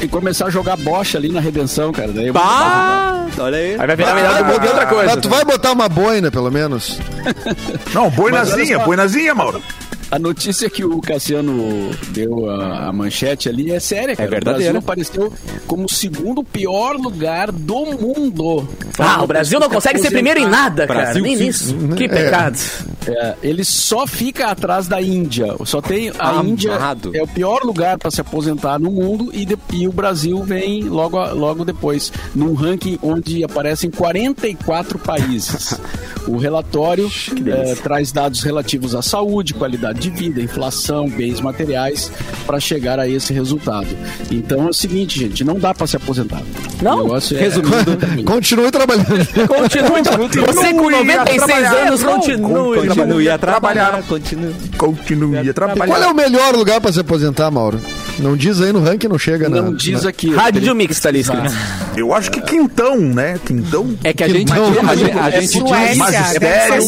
Speaker 6: E, e começar a jogar bocha ali na redenção, cara. Daí eu vou-
Speaker 1: Bah! Olha Ah! aí.
Speaker 3: Aí vai virar melhor do mundo que outra coisa.
Speaker 4: Mas tu vai botar uma boina, pelo menos?
Speaker 5: Não,
Speaker 6: Mas olha
Speaker 5: boinazinha,
Speaker 6: só.
Speaker 5: boinazinha, Mauro.
Speaker 6: A notícia que o Cassiano deu a, a manchete ali é séria, cara.
Speaker 1: verdadeira.
Speaker 6: O Brasil apareceu como o segundo pior lugar do mundo.
Speaker 3: Ah, o Brasil não consegue ser primeiro em nada, cara.
Speaker 1: Brasil,
Speaker 3: Nem
Speaker 1: sim.
Speaker 3: nisso. Que pecado.
Speaker 6: É, ele só fica atrás da Índia. Só tem a
Speaker 1: Amado.
Speaker 6: Índia é o pior lugar para se aposentar no mundo e, de- e o Brasil vem logo, a- logo depois num ranking onde aparecem 44 países. O relatório é, traz dados relativos à saúde, qualidade de vida, inflação, bens materiais para chegar a esse resultado. Então é o seguinte, gente, não dá para se aposentar.
Speaker 3: Não,
Speaker 6: O negócio é-
Speaker 4: Continue trabalhando.
Speaker 3: Continue. Você com
Speaker 5: Continue a
Speaker 3: 96
Speaker 5: trabalhar.
Speaker 3: anos, continue.
Speaker 1: Continue a trabalhar.
Speaker 5: Trabalhar.
Speaker 1: Continue.
Speaker 5: Continue a trabalhar.
Speaker 4: Qual é o melhor lugar pra se apontar, Mauro? Não diz aí no ranking, não chega, né?
Speaker 6: Não
Speaker 4: na-
Speaker 6: diz
Speaker 4: na-
Speaker 6: aqui.
Speaker 3: Rádio Mix tá ali escrito.
Speaker 5: Eu acho que quintão, né? Quintão.
Speaker 1: É que a gente,
Speaker 4: não,
Speaker 1: a
Speaker 4: mas
Speaker 1: gente, a
Speaker 6: é
Speaker 1: gente diz,
Speaker 2: Suécia, deve ser
Speaker 5: magistério,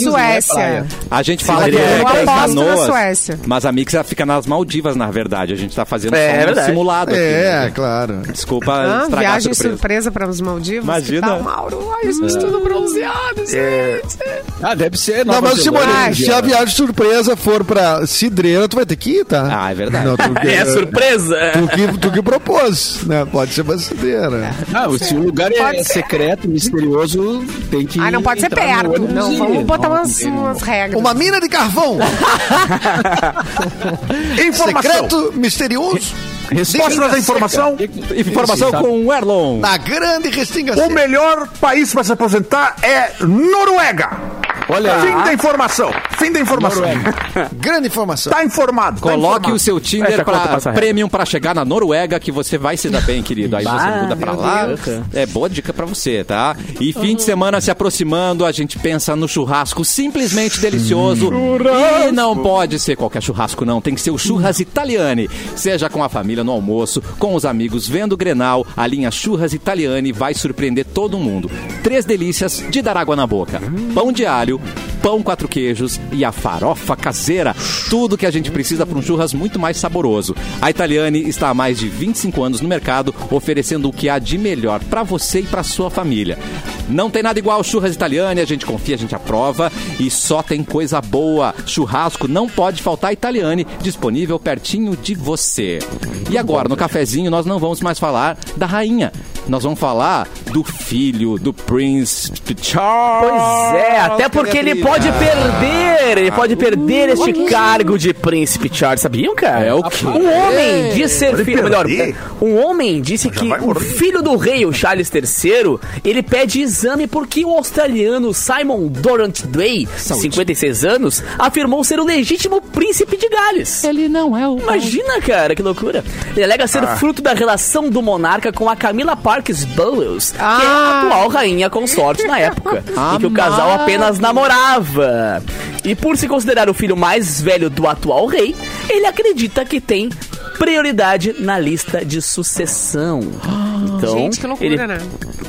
Speaker 2: Suécia.
Speaker 1: a gente fala
Speaker 3: Sim,
Speaker 1: que é,
Speaker 3: eu
Speaker 1: que é em
Speaker 2: aposto na
Speaker 1: Canoas,
Speaker 2: Suécia.
Speaker 1: mas a Mix ela fica nas Maldivas, na verdade. A gente tá fazendo
Speaker 3: É, é
Speaker 1: só um
Speaker 3: verdade.
Speaker 1: simulado aqui.
Speaker 4: É,
Speaker 1: né?
Speaker 4: claro.
Speaker 1: Desculpa
Speaker 2: Ah,
Speaker 1: estragar a
Speaker 2: viagem
Speaker 1: surpresa.
Speaker 2: surpresa para os Maldivas.
Speaker 1: Imagina.
Speaker 2: Que tal, Mauro? Ai, os tudo bronzeados.
Speaker 6: Ah, deve ser.
Speaker 4: Não,
Speaker 6: Nova
Speaker 4: mas Simone,
Speaker 6: Zelândia.
Speaker 4: se a viagem surpresa for pra Cidreira, tu vai ter que ir, tá?
Speaker 1: Ah, é verdade.
Speaker 4: Não, tu,
Speaker 3: É surpresa.
Speaker 4: tu que, tu que propôs, né? Pode ser né? pra Cidreira.
Speaker 6: Ah, se o lugar
Speaker 2: Pode
Speaker 6: é
Speaker 2: ser.
Speaker 6: secreto, misterioso, tem que.
Speaker 2: Ai, não pode ser
Speaker 6: entrar no
Speaker 2: perto.
Speaker 6: ônibus
Speaker 2: Então, Não,
Speaker 6: e-
Speaker 2: vamos botar
Speaker 6: não,
Speaker 2: umas,
Speaker 6: não.
Speaker 2: umas regras.
Speaker 4: Uma mina de carvão!
Speaker 5: Informação.
Speaker 4: Secreto, misterioso,
Speaker 5: Posso trazer informação?
Speaker 1: Informação com o Erlon.
Speaker 4: na grande restinga.
Speaker 5: O melhor país para se aposentar é Noruega.
Speaker 6: Olha aí.
Speaker 5: Fim da informação. Fim da informação.
Speaker 4: Grande informação.
Speaker 5: Tá informado. tá
Speaker 1: Coloque
Speaker 5: informado.
Speaker 1: o seu
Speaker 3: Fecha
Speaker 1: Tinder
Speaker 3: é a conta,
Speaker 1: pra
Speaker 3: passa reto.
Speaker 1: premium pra chegar na Noruega que você vai se dar bem, querido. Aí você
Speaker 3: Ah,
Speaker 1: muda pra lá. É boa dica pra você, tá? E fim de semana se aproximando, a gente pensa no churrasco simplesmente
Speaker 3: Hum.
Speaker 1: delicioso. E não pode ser qualquer churrasco, não. Tem que ser o
Speaker 3: Hum.
Speaker 1: Churras Italiane. Seja com a família no almoço, com os amigos vendo o Grenal, a linha Churras Italiane vai surpreender todo mundo. Três delícias de dar água na boca. Pão de alho, pão quatro queijos e a farofa caseira. Tudo que a gente precisa para um churras muito mais saboroso. A Italiane está há mais de 25 anos no mercado, oferecendo o que há de melhor para você e para sua família. Não tem nada igual churras italiane, a gente confia, a gente aprova e só tem coisa boa. Churrasco não pode faltar italiane, disponível pertinho de você. E agora, no cafezinho, nós não vamos mais falar da rainha. Nós vamos falar do filho do Prince Charles.
Speaker 3: Pois
Speaker 1: Ah,
Speaker 3: é, até porque ele pode perder, ele pode perder este cargo de príncipe Charles, sabiam, cara?
Speaker 1: É o quê? É.
Speaker 3: Um homem disse ser filho, melhor,
Speaker 5: perder?
Speaker 3: um homem disse que o filho do rei, o Charles III, ele pede exame porque o australiano Simon Dorrant Day, 56 anos, afirmou ser o legítimo príncipe de Gales. Ele não é o Imagina, cara, que loucura. Ele alega ser fruto da relação do monarca com a Camila Parks Bowles, que é a
Speaker 2: Ah.
Speaker 3: atual rainha consorte na época, em que o casal apenas namorava. E por se considerar o filho mais velho do atual rei, ele acredita que tem prioridade na lista de sucessão. Então,
Speaker 2: Gente, que loucura,
Speaker 3: ele-
Speaker 2: né?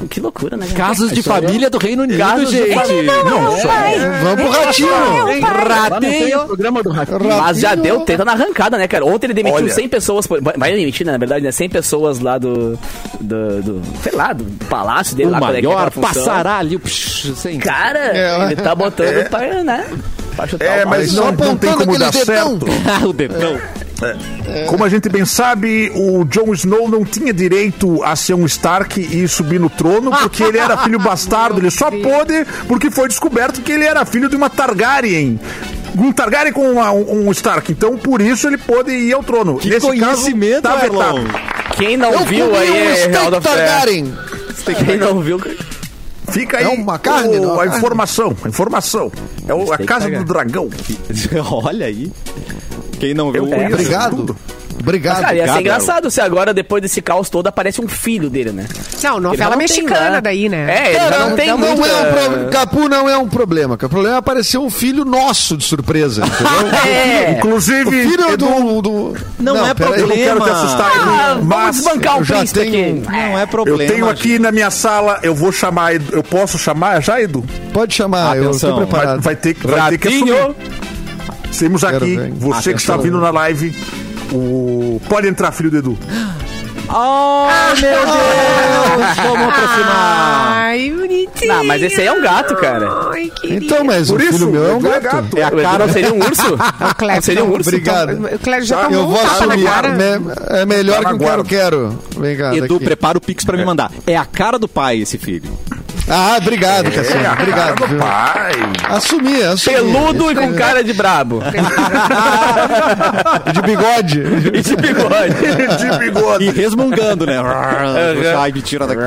Speaker 3: Que loucura, né? cara?
Speaker 1: Casos de família do Reino Unido,
Speaker 3: Casos de
Speaker 1: é gente.
Speaker 7: Não,
Speaker 1: só-
Speaker 7: pai.
Speaker 4: Vamos pro ratinho.
Speaker 1: Tem
Speaker 6: Lá não tem o
Speaker 1: rateio.
Speaker 6: programa do Rafinha.
Speaker 3: Mas já deu treta na arrancada, né, cara? Ontem ele demitiu
Speaker 5: Olha.
Speaker 3: 100 pessoas. por- Vai vai demitir, né? Na verdade, né? 100 pessoas lá do. do, do- sei lá, do palácio dele
Speaker 1: O
Speaker 3: lá. qual é que é aquela
Speaker 1: maior
Speaker 3: função.
Speaker 1: passaralho. Psh, sem-
Speaker 3: Cara,
Speaker 4: É.
Speaker 3: ele tá botando pra, né? pra chutar
Speaker 5: É,
Speaker 3: o
Speaker 5: mas
Speaker 4: Mas
Speaker 5: não,
Speaker 4: não
Speaker 5: não tem
Speaker 4: apontando
Speaker 5: como dar
Speaker 4: aquele dedão.
Speaker 5: certo.
Speaker 1: o dedão.
Speaker 5: É. Como a gente bem sabe, o Jon Snow não tinha direito a ser um Stark e subir no trono, porque ele era filho bastardo. Ele só pôde porque foi descoberto que ele era filho de uma Targaryen. Um Targaryen com uma- um, um Stark. Então, por isso, ele pôde ir ao trono.
Speaker 1: Que conhecimento,
Speaker 5: tá vetado.
Speaker 1: Erlon.
Speaker 3: Quem não
Speaker 4: Eu
Speaker 3: viu
Speaker 4: comi
Speaker 3: aí,
Speaker 4: um
Speaker 3: é, Heraldo
Speaker 4: steak
Speaker 3: of Fé.
Speaker 4: Targaryen.
Speaker 3: Quem não viu.
Speaker 5: Fica aí
Speaker 4: É uma carne,
Speaker 5: o-
Speaker 4: não é uma
Speaker 5: a
Speaker 4: carne?
Speaker 5: informação. A informação. É o- a Casa do Dragão.
Speaker 1: Olha aí. Quem não viu
Speaker 5: Eu conheço.
Speaker 4: Obrigado. Obrigado.
Speaker 3: É. Cara, ia ser
Speaker 1: Gabriel.
Speaker 3: engraçado se agora, depois desse caos todo, aparece um filho dele, né?
Speaker 2: Não,
Speaker 3: Ele já
Speaker 2: novela
Speaker 3: não tem,
Speaker 2: mexicana
Speaker 3: né?
Speaker 2: daí, né?
Speaker 3: É, ele já não tem
Speaker 4: não
Speaker 3: muita...
Speaker 4: é um problema. Capu não é um problema. cara. O problema é aparecer um filho nosso de surpresa. entendeu?
Speaker 3: É.
Speaker 4: O
Speaker 5: Inclusive,
Speaker 4: filho
Speaker 5: Edu,
Speaker 4: do. do-
Speaker 1: Não é
Speaker 4: peraí.
Speaker 5: eu não quero te
Speaker 1: Problema.
Speaker 5: assustar, Edu,
Speaker 3: Ah, vamos
Speaker 5: mas...
Speaker 3: desbancar o
Speaker 4: eu já
Speaker 3: príncipe
Speaker 4: tenho- um-
Speaker 3: aqui.
Speaker 1: Não é
Speaker 5: Eu
Speaker 1: problema.
Speaker 5: tenho aqui na minha sala, eu vou chamar, Edu- eu posso chamar já, Edu?
Speaker 4: Pode chamar,
Speaker 1: Atenção.
Speaker 4: eu tô
Speaker 5: Vai,
Speaker 4: preparado.
Speaker 5: vai ter, que- vai ter que
Speaker 1: Ratinho.
Speaker 5: assumir. Temos
Speaker 4: Quero
Speaker 5: aqui,
Speaker 4: ver.
Speaker 3: Ah,
Speaker 5: você que está
Speaker 4: Atenção.
Speaker 5: vindo na live, o... Pode entrar, filho do Edu.
Speaker 1: Oh, meu Deus! Vamos aproximar.
Speaker 2: Ai, bonitinho.
Speaker 3: Não, mas esse aí é um gato, cara.
Speaker 2: Ai, querido.
Speaker 4: Então, mas o filho meu é um gato.
Speaker 1: É a
Speaker 3: O Edu
Speaker 1: cara
Speaker 3: não seria um urso?
Speaker 2: O Cleve
Speaker 3: Não seria um
Speaker 2: tá-
Speaker 3: urso?
Speaker 4: Obrigado.
Speaker 2: O Cleve já
Speaker 5: Tá,
Speaker 2: tomou
Speaker 4: Ah, Eu
Speaker 2: um
Speaker 4: vou
Speaker 2: tapa na
Speaker 4: assumir.
Speaker 2: cara.
Speaker 4: Me- É melhor
Speaker 5: Tá
Speaker 4: que
Speaker 5: na
Speaker 4: o quero,
Speaker 5: guarda.
Speaker 4: quero. Vem cá.
Speaker 1: Edu,
Speaker 4: daqui.
Speaker 1: prepara o Pix pra me mandar. É a cara do pai esse filho.
Speaker 4: Ah, obrigado,
Speaker 5: é
Speaker 4: Cassiano. Obrigado. viu?
Speaker 5: Pai.
Speaker 4: Assumi, assumi.
Speaker 3: Peludo e com cara de brabo.
Speaker 4: De bigode.
Speaker 3: E de bigode.
Speaker 5: De
Speaker 1: E
Speaker 5: bigode.
Speaker 1: resmungando, né? Ai, me tira daqui.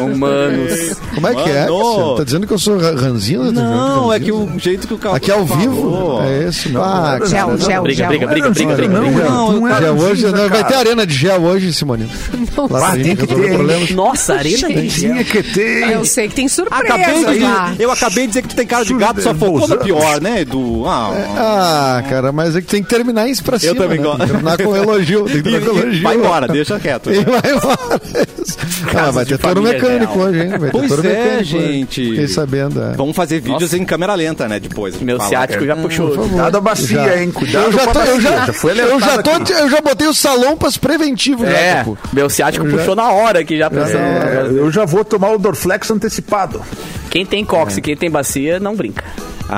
Speaker 3: Humanos.
Speaker 4: Como é que é,
Speaker 1: Mano.
Speaker 4: Cassiano? Tá dizendo que eu sou ra- tá ranzino?
Speaker 1: Não, é que o jeito que o cara.
Speaker 4: Aqui é ao vivo? É esse? Não, ah, cara.
Speaker 2: Gel, gel,
Speaker 3: Briga,
Speaker 2: gel.
Speaker 3: briga, briga, briga, briga.
Speaker 5: Não,
Speaker 3: briga.
Speaker 5: não, não era
Speaker 4: Gel hoje,
Speaker 5: disso,
Speaker 4: né? vai
Speaker 5: cara.
Speaker 4: ter arena de gel hoje, Simone. Lá pra
Speaker 5: tem
Speaker 4: gente
Speaker 5: que
Speaker 2: é
Speaker 4: resolver
Speaker 5: ter.
Speaker 4: problemas.
Speaker 3: Nossa, arena de gel.
Speaker 5: Tinha é que ter.
Speaker 2: Eu sei que tem
Speaker 1: Acabei
Speaker 2: surpresas
Speaker 1: de,
Speaker 2: lá.
Speaker 1: eu acabei de dizer que tu tem cara de
Speaker 5: Juro,
Speaker 1: gato, só
Speaker 5: Deus,
Speaker 1: focou no
Speaker 5: Deus.
Speaker 1: pior, né, Edu? Ah,
Speaker 4: Ah, cara, mas é que tem que terminar isso pra cima.
Speaker 1: também
Speaker 4: né?
Speaker 1: gosto.
Speaker 4: Tem que terminar com elogio. Tem que
Speaker 1: e-
Speaker 4: terminar com
Speaker 1: e
Speaker 4: elogio.
Speaker 1: vai embora, deixa quieto. né?
Speaker 4: E vai embora. Ah, vai
Speaker 3: de
Speaker 4: ter touro
Speaker 3: família
Speaker 4: mecânico
Speaker 3: real.
Speaker 4: hoje, hein? Vai ter
Speaker 1: Pois é,
Speaker 4: touro mecânico hoje.
Speaker 1: gente.
Speaker 4: Fiquei sabendo. é.
Speaker 8: Então,
Speaker 1: Vamos fazer vídeos em câmera lenta, né, depois.
Speaker 3: Meu
Speaker 1: Falar.
Speaker 3: ciático já puxou.
Speaker 5: Cuidado a bacia,
Speaker 4: Já.
Speaker 5: hein? Cuidado
Speaker 4: Eu já
Speaker 5: com a
Speaker 4: tô, eu
Speaker 5: bacia.
Speaker 4: já,
Speaker 5: foi
Speaker 4: eu já
Speaker 5: alertado
Speaker 4: tô,
Speaker 5: aqui.
Speaker 4: eu já botei os salompas preventivos já,
Speaker 3: É,
Speaker 4: Capu.
Speaker 3: meu ciático puxou na hora aqui já. pensando.
Speaker 5: É, eu já vou tomar o Dorflex antecipado.
Speaker 3: Quem tem cox e quem tem bacia, não brinca.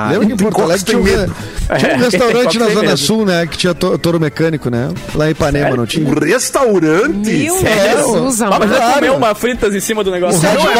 Speaker 4: Lembra que em
Speaker 5: tem
Speaker 4: Porto Alegre tinha um,
Speaker 5: Cox, tem
Speaker 4: re- tinha um
Speaker 3: É,
Speaker 4: restaurante
Speaker 3: tem Cox,
Speaker 4: na
Speaker 3: tem
Speaker 4: Zona
Speaker 3: medo.
Speaker 4: Sul, né? Que tinha to- touro mecânico, né? Lá em Ipanema não tinha.
Speaker 5: Um restaurante?
Speaker 2: Meu Jesus,
Speaker 3: Ah, mas
Speaker 2: amado.
Speaker 3: já
Speaker 4: claro.
Speaker 3: comeu uma fritas em cima do
Speaker 4: O
Speaker 3: negócio.
Speaker 5: Não, é, mas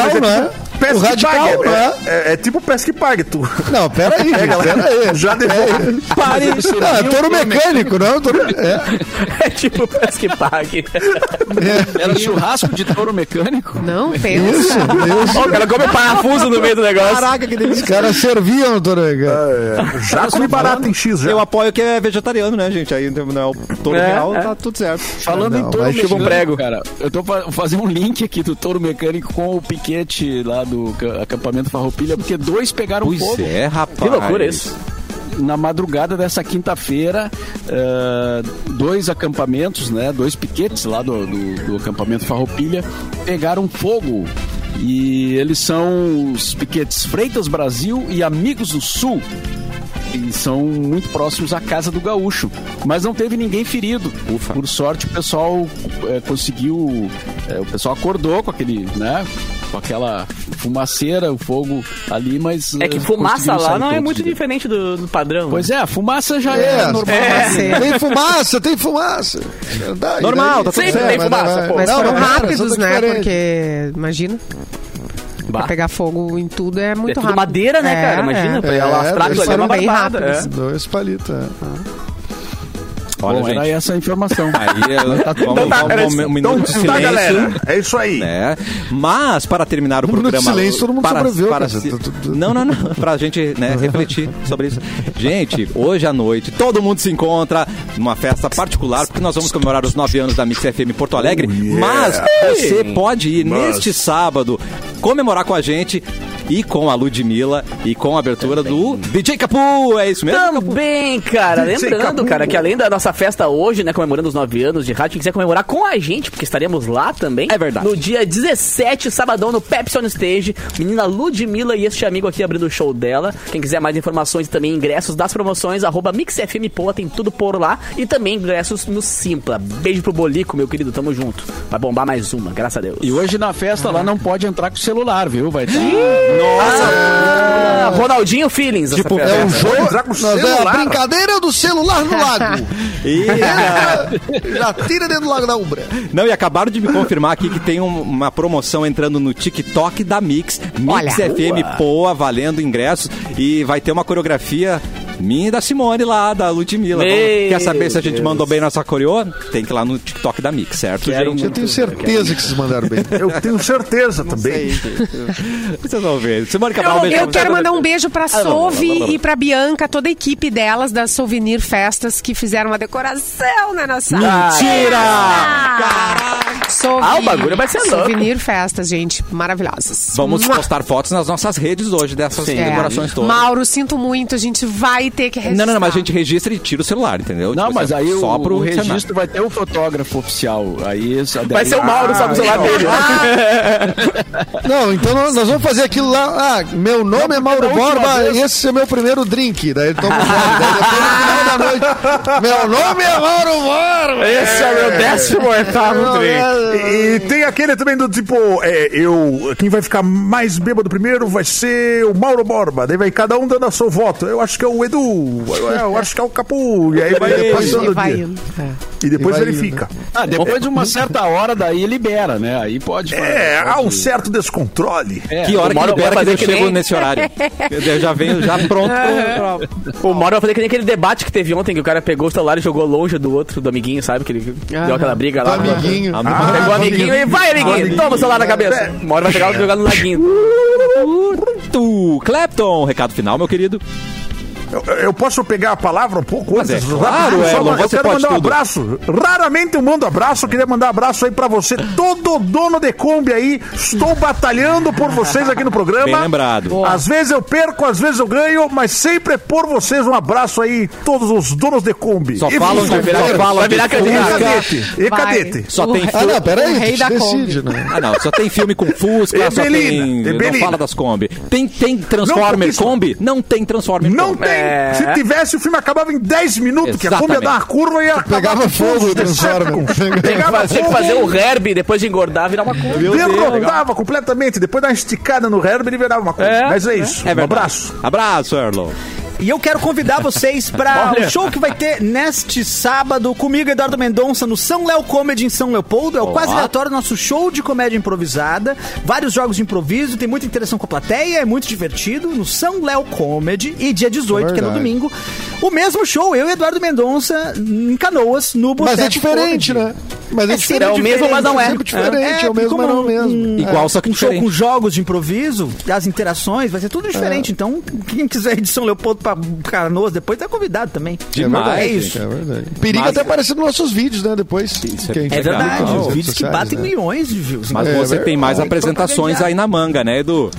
Speaker 4: radical,
Speaker 5: é
Speaker 4: não é?
Speaker 5: tipo pesca e
Speaker 4: O
Speaker 5: pague,
Speaker 4: radical, não é?
Speaker 5: é, é tipo pesca e pague, tu.
Speaker 4: Não, peraí,
Speaker 5: É,
Speaker 4: gente, peraí.
Speaker 5: Já devolve.
Speaker 4: Pare de Não, é touro mecânico, não é? Touro... É,
Speaker 3: É tipo parece que pague.
Speaker 6: Era um churrasco de touro mecânico?
Speaker 2: Não, pensa.
Speaker 4: isso, Deus.
Speaker 3: Ó, o cara come parafuso no meio do negócio.
Speaker 4: que delícia. Os caras serviam o touro mecânico.
Speaker 5: É, Já tá comi barato em X, já.
Speaker 1: Eu É. apoio que é vegetariano, né, gente? Aí não é o todo
Speaker 3: É,
Speaker 1: real,
Speaker 3: é.
Speaker 1: tá tudo certo.
Speaker 6: Falando
Speaker 4: Não,
Speaker 6: em touro
Speaker 4: vai chupar um
Speaker 3: prego.
Speaker 6: cara, eu tô fa- fazendo um link aqui do touro mecânico com o piquete lá do ca- acampamento Farroupilha, porque dois pegaram
Speaker 1: Pois
Speaker 6: fogo.
Speaker 1: é, rapaz.
Speaker 3: Que loucura isso.
Speaker 6: na madrugada dessa quinta-feira, eh, dois acampamentos, né, dois piquetes lá do, do, do acampamento Farroupilha pegaram fogo. E eles são os piquetes Freitas Brasil e Amigos do Sul. E são muito próximos à casa do gaúcho. Mas não teve ninguém ferido. Por sorte, o pessoal eh, conseguiu. eh, o pessoal acordou com aquele, né? Com aquela fumaceira, o fogo ali, mas.
Speaker 3: É que
Speaker 6: eh,
Speaker 3: fumaça
Speaker 6: conseguiram
Speaker 3: lá
Speaker 6: sair
Speaker 3: não é
Speaker 6: todos
Speaker 3: muito
Speaker 6: de-
Speaker 3: diferente do, do padrão.
Speaker 6: Pois é, a fumaça já é,
Speaker 4: É,
Speaker 6: normal.
Speaker 4: Tem fumaça, tem fumaça. Verdade,
Speaker 1: Normal,
Speaker 4: daí-
Speaker 1: tá tudo
Speaker 4: Sempre
Speaker 1: certo.
Speaker 4: tem fumaça, pô.
Speaker 2: Mas
Speaker 4: Não,
Speaker 2: foram
Speaker 4: mas cara, só
Speaker 2: rápidos,
Speaker 4: tá
Speaker 2: né?
Speaker 4: diferente.
Speaker 2: Porque, imagina,
Speaker 3: Bah.
Speaker 2: pra pegar fogo em tudo é muito
Speaker 3: é tudo
Speaker 2: rápido.
Speaker 3: madeira, né, cara?
Speaker 2: É,
Speaker 3: Imagina,
Speaker 2: é.
Speaker 3: pra ela
Speaker 4: É,
Speaker 3: lastrar
Speaker 4: eles
Speaker 3: aquilo ali é uma
Speaker 2: foram bem
Speaker 3: barbada.
Speaker 2: rápidos.
Speaker 3: é.
Speaker 4: Dois palitos, é.
Speaker 1: Olha,
Speaker 6: Bom,
Speaker 1: gente.
Speaker 6: era essa a informação.
Speaker 1: Aí eu- vamos
Speaker 5: tá,
Speaker 1: dar um,
Speaker 5: cara,
Speaker 1: momen- um
Speaker 5: Então,
Speaker 1: minuto de
Speaker 5: tá, galera.
Speaker 1: silêncio.
Speaker 5: É isso aí.
Speaker 1: né? Mas, para terminar o
Speaker 4: Um minuto de
Speaker 1: programa.
Speaker 4: silêncio, todo mundo
Speaker 1: para,
Speaker 4: sobreviveu,
Speaker 1: para
Speaker 4: cara.
Speaker 1: si-
Speaker 4: Tu- tu- tu-
Speaker 1: Não, não, não. Para a gente né, refletir sobre isso. Gente, hoje à noite, todo mundo se encontra numa festa particular, porque nós vamos comemorar os nove anos da Mix FM Porto
Speaker 4: Oh,
Speaker 1: Alegre. Mas você pode ir neste sábado comemorar com a gente. E com a Ludmilla e com a abertura do DJ Capu, é isso mesmo?
Speaker 3: Também, cara. Lembrando, cara, que além da nossa festa hoje, né, comemorando os 9 anos de rádio, quem quiser comemorar com a gente, porque estaremos lá também.
Speaker 1: É verdade.
Speaker 3: No dia 17, sabadão, no Pepsi on Stage. Menina Ludmilla e este amigo aqui abrindo o show dela. Quem quiser mais informações e também ingressos das promoções, arroba MixFMPoa, tem tudo por lá. E também ingressos no Simpla. Beijo pro Bolico, meu querido, tamo junto. Vai bombar mais uma, graças a Deus.
Speaker 6: E hoje na festa lá não pode entrar com o celular, viu? Vai estar.
Speaker 3: Ah, Ronaldinho Feelings. essa
Speaker 1: Tipo,
Speaker 3: festa.
Speaker 4: É um jogo.
Speaker 5: entrar com o
Speaker 4: Nós é a
Speaker 5: celular.
Speaker 4: brincadeira do celular no lago.
Speaker 1: E, ah,
Speaker 4: Já tira dentro do lago da Umbra.
Speaker 1: Não, e acabaram de me confirmar aqui que tem um- uma promoção entrando no TikTok da Mix. Mix
Speaker 2: Olha.
Speaker 1: FM Poa, valendo ingressos. E vai ter uma coreografia minha e da Simone lá, da Ludmilla.
Speaker 3: Meu
Speaker 1: Vamos- Quer saber se a gente
Speaker 3: Deus.
Speaker 1: mandou bem nossa coreô? Tem que ir lá no TikTok da Mix, certo, gente?
Speaker 4: Eu tenho certeza que vocês mandaram bem.
Speaker 5: Eu tenho certeza também.
Speaker 1: Vocês vão ver. Simone Cabral,
Speaker 2: Eu,
Speaker 1: beijo.
Speaker 2: eu quero mandar um beijo pra
Speaker 3: Ah,
Speaker 2: Sovi e pra Bianca, toda a equipe delas das Souvenir Festas que fizeram uma decoração na nossa.
Speaker 1: Mentira!
Speaker 2: Sovi,
Speaker 3: Ah, o bagulho vai ser louco.
Speaker 2: Souvenir Festas, gente, maravilhosas.
Speaker 1: Vamos
Speaker 2: Mua.
Speaker 1: postar fotos nas nossas redes hoje dessas
Speaker 3: Sim.
Speaker 1: decorações todas.
Speaker 2: Mauro, sinto muito, a gente vai ter que registrar.
Speaker 1: Não, não, não, mas a gente registra e tira o celular, entendeu?
Speaker 6: Não,
Speaker 1: Tipo,
Speaker 6: mas
Speaker 1: assim,
Speaker 6: aí o,
Speaker 1: só pro
Speaker 6: o
Speaker 1: cenário.
Speaker 6: registro vai ter o fotógrafo oficial. Aí, essa-
Speaker 3: Vai
Speaker 6: daí-
Speaker 3: ser o Mauro,
Speaker 5: Ah,
Speaker 3: só com o
Speaker 5: então,
Speaker 3: celular dele.
Speaker 4: Não, então nós, nós vamos fazer aquilo lá. Ah, meu nome é Mauro Borba, esse é meu primeiro drink. Daí ele toma um gole, daí depois no final da noite. Meu nome é Mauro Borba!
Speaker 3: Esse é o meu décimo oitavo
Speaker 4: Não, é-
Speaker 5: E, e tem aquele também do tipo, é, eu, quem vai ficar mais bêbado primeiro vai ser o Mauro Borba. Daí vai cada um dando a seu voto. Eu acho que é o Edu, eu, eu acho que é o Capu. E aí vai depois
Speaker 2: E
Speaker 5: dando
Speaker 2: vai
Speaker 5: dia.
Speaker 2: indo. É.
Speaker 5: E depois
Speaker 4: E vai
Speaker 5: verifica.
Speaker 6: Ah, depois de uma certa hora, daí libera, né? Aí pode.
Speaker 5: É, há um
Speaker 6: pode-
Speaker 5: certo descontrole.
Speaker 6: É,
Speaker 1: Que hora que
Speaker 3: Mauro
Speaker 1: libera
Speaker 3: vai
Speaker 1: que
Speaker 3: fazer
Speaker 1: eu
Speaker 3: que
Speaker 1: chego
Speaker 3: nem-
Speaker 1: nesse horário? Eu já venho já pronto pro, pro,
Speaker 3: O Mauro vai fazer que nem aquele debate que teve ontem, que o cara pegou o celular e jogou longe do outro, do amiguinho, sabe? Que ele deu aquela briga
Speaker 4: Do
Speaker 3: lá.
Speaker 4: amiguinho.
Speaker 1: Ah,
Speaker 3: Pegou o
Speaker 4: do É.
Speaker 3: amiguinho e vai, amiguinho, toma o celular na cabeça. O Mauro vai pegar e jogar no laguinho.
Speaker 1: Tu, Clapton, recado final, meu querido.
Speaker 5: Eu, eu posso pegar a palavra um pouco
Speaker 1: Mas
Speaker 5: antes?
Speaker 1: é claro,
Speaker 5: Só
Speaker 1: Erlon,
Speaker 5: uma- eu
Speaker 1: você
Speaker 5: quero
Speaker 1: pode
Speaker 5: mandar um
Speaker 1: tudo.
Speaker 5: abraço. Raramente eu mando abraço, eu queria mandar abraço aí pra você, todo dono de Kombi aí. Estou batalhando por vocês aqui no programa.
Speaker 1: Bem lembrado. Boa.
Speaker 5: Às vezes eu perco, às vezes eu ganho, mas sempre é por vocês. Um abraço aí, todos os donos de Kombi.
Speaker 1: Só
Speaker 5: E
Speaker 1: falam de
Speaker 5: Fusca.
Speaker 1: virar, só falam
Speaker 3: Vai virar
Speaker 1: de
Speaker 5: E
Speaker 3: candidato.
Speaker 1: Fusca.
Speaker 5: cadete. E
Speaker 2: Vai.
Speaker 5: cadete.
Speaker 1: Só
Speaker 2: O
Speaker 1: tem
Speaker 2: rei-
Speaker 1: filme.
Speaker 4: Ah, não, peraí,
Speaker 2: O
Speaker 4: a
Speaker 2: rei
Speaker 4: gente
Speaker 2: da
Speaker 4: decide,
Speaker 8: Tá
Speaker 4: né?
Speaker 1: Ah, não, só tem filme com Fusca,
Speaker 5: E
Speaker 1: só tem.
Speaker 5: Belina, e
Speaker 1: Não
Speaker 5: Belina.
Speaker 1: fala das Kombi. Tem, tem Transformer
Speaker 5: pouquíssimo.
Speaker 1: Kombi? Não tem Transformer
Speaker 5: Não
Speaker 1: Kombi. É.
Speaker 5: tem.
Speaker 3: É.
Speaker 5: Se tivesse, o filme acabava em 10 minutos, que a Kombi ia dar uma
Speaker 1: Exatamente.
Speaker 5: curva e ia
Speaker 4: Pegava
Speaker 5: acabar com
Speaker 4: fogo
Speaker 5: todos
Speaker 4: o
Speaker 5: os
Speaker 4: Transformer.
Speaker 5: Decepticons.
Speaker 3: Tinha que
Speaker 5: Pegava
Speaker 3: fazer, tinha que
Speaker 5: fogo.
Speaker 3: fazer um o herb, depois de engordar, virar uma curva.
Speaker 5: Derrotava completamente. Depois da esticada no Herb, ele virava uma coisa. Mas é isso.
Speaker 1: É
Speaker 5: um
Speaker 1: verdade.
Speaker 5: abraço.
Speaker 1: Abraço, Erlon.
Speaker 8: E eu quero convidar vocês para o show que vai ter neste sábado comigo, Eduardo Mendonça, no São Léo Comedy em São Leopoldo. É o quase aleatório nosso show de comédia improvisada. Vários jogos de improviso, tem muita interação com a plateia, é muito divertido. No São Léo Comedy e dia 18, que é no
Speaker 4: Verdade.
Speaker 8: domingo. O mesmo show, eu e Eduardo Mendonça, em Canoas, no
Speaker 4: Mas
Speaker 8: Boteco
Speaker 4: é diferente,
Speaker 8: Comedy.
Speaker 4: né? Mas é,
Speaker 8: É
Speaker 4: diferente.
Speaker 8: sempre o mesmo, mas não é.
Speaker 4: É sempre diferente, é, o mesmo,
Speaker 8: como
Speaker 4: mas não é o mesmo.
Speaker 8: um-
Speaker 1: Igual, só que
Speaker 8: um show
Speaker 1: diferente.
Speaker 8: com jogos de improviso, as interações, vai ser tudo
Speaker 4: É.
Speaker 8: diferente. Então, quem quiser ir de São Leopoldo pra Canoas depois, tá convidado também.
Speaker 1: Demais,
Speaker 8: É
Speaker 1: gente.
Speaker 8: isso.
Speaker 4: É verdade. Perigo
Speaker 1: Mas-
Speaker 4: até aparecer nos nossos vídeos, né? Depois.
Speaker 1: Isso é
Speaker 4: Que a gente
Speaker 1: É
Speaker 8: É
Speaker 4: publica
Speaker 8: verdade,
Speaker 1: verdade.
Speaker 4: nas
Speaker 8: os
Speaker 4: redes
Speaker 8: vídeos que
Speaker 4: sociais,
Speaker 8: batem
Speaker 4: né?
Speaker 8: milhões de views.
Speaker 1: Mas
Speaker 4: É
Speaker 1: você tem mais
Speaker 4: verdade.
Speaker 1: apresentações aí na manga, né, Edu?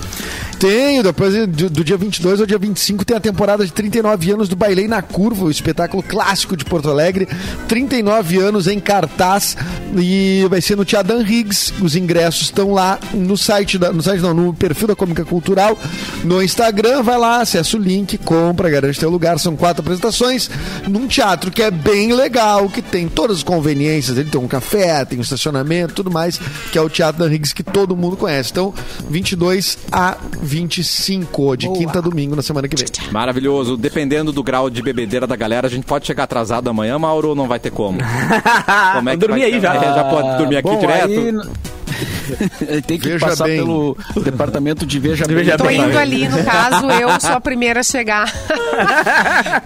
Speaker 4: Tenho, depois do, do dia 22 ao dia 25 tem a temporada de 39 anos do Bailei na Curva, o espetáculo clássico de Porto Alegre. 39 anos em cartaz e vai ser no Tiadan Riggs. Os ingressos estão lá no site, da, no site não, no perfil da Cômica Cultural, no Instagram. Vai lá, acessa o link, compra, garante teu lugar. São quatro apresentações num teatro que é bem legal, que tem todas as conveniências. Ele tem um café, tem um estacionamento, tudo mais, que é o Teatro Dan Riggs que todo mundo conhece. Então, 22 a 25, de quinta a domingo, na semana que vem.
Speaker 1: Maravilhoso. Dependendo do grau de bebedeira da galera, a gente pode chegar atrasado amanhã, Mauro, ou não vai ter como? Como
Speaker 3: Eu dormi
Speaker 1: vai
Speaker 3: aí
Speaker 1: ser?
Speaker 3: já.
Speaker 1: É, Já pode dormir aqui
Speaker 6: Ah, Bom,
Speaker 1: direto?
Speaker 6: aí- Tem que
Speaker 4: Veja
Speaker 6: passar
Speaker 4: bem.
Speaker 6: pelo departamento de Veja,
Speaker 3: Veja
Speaker 6: Bem.
Speaker 2: Tô
Speaker 3: bem.
Speaker 2: indo ali, no caso, eu sou a primeira a chegar.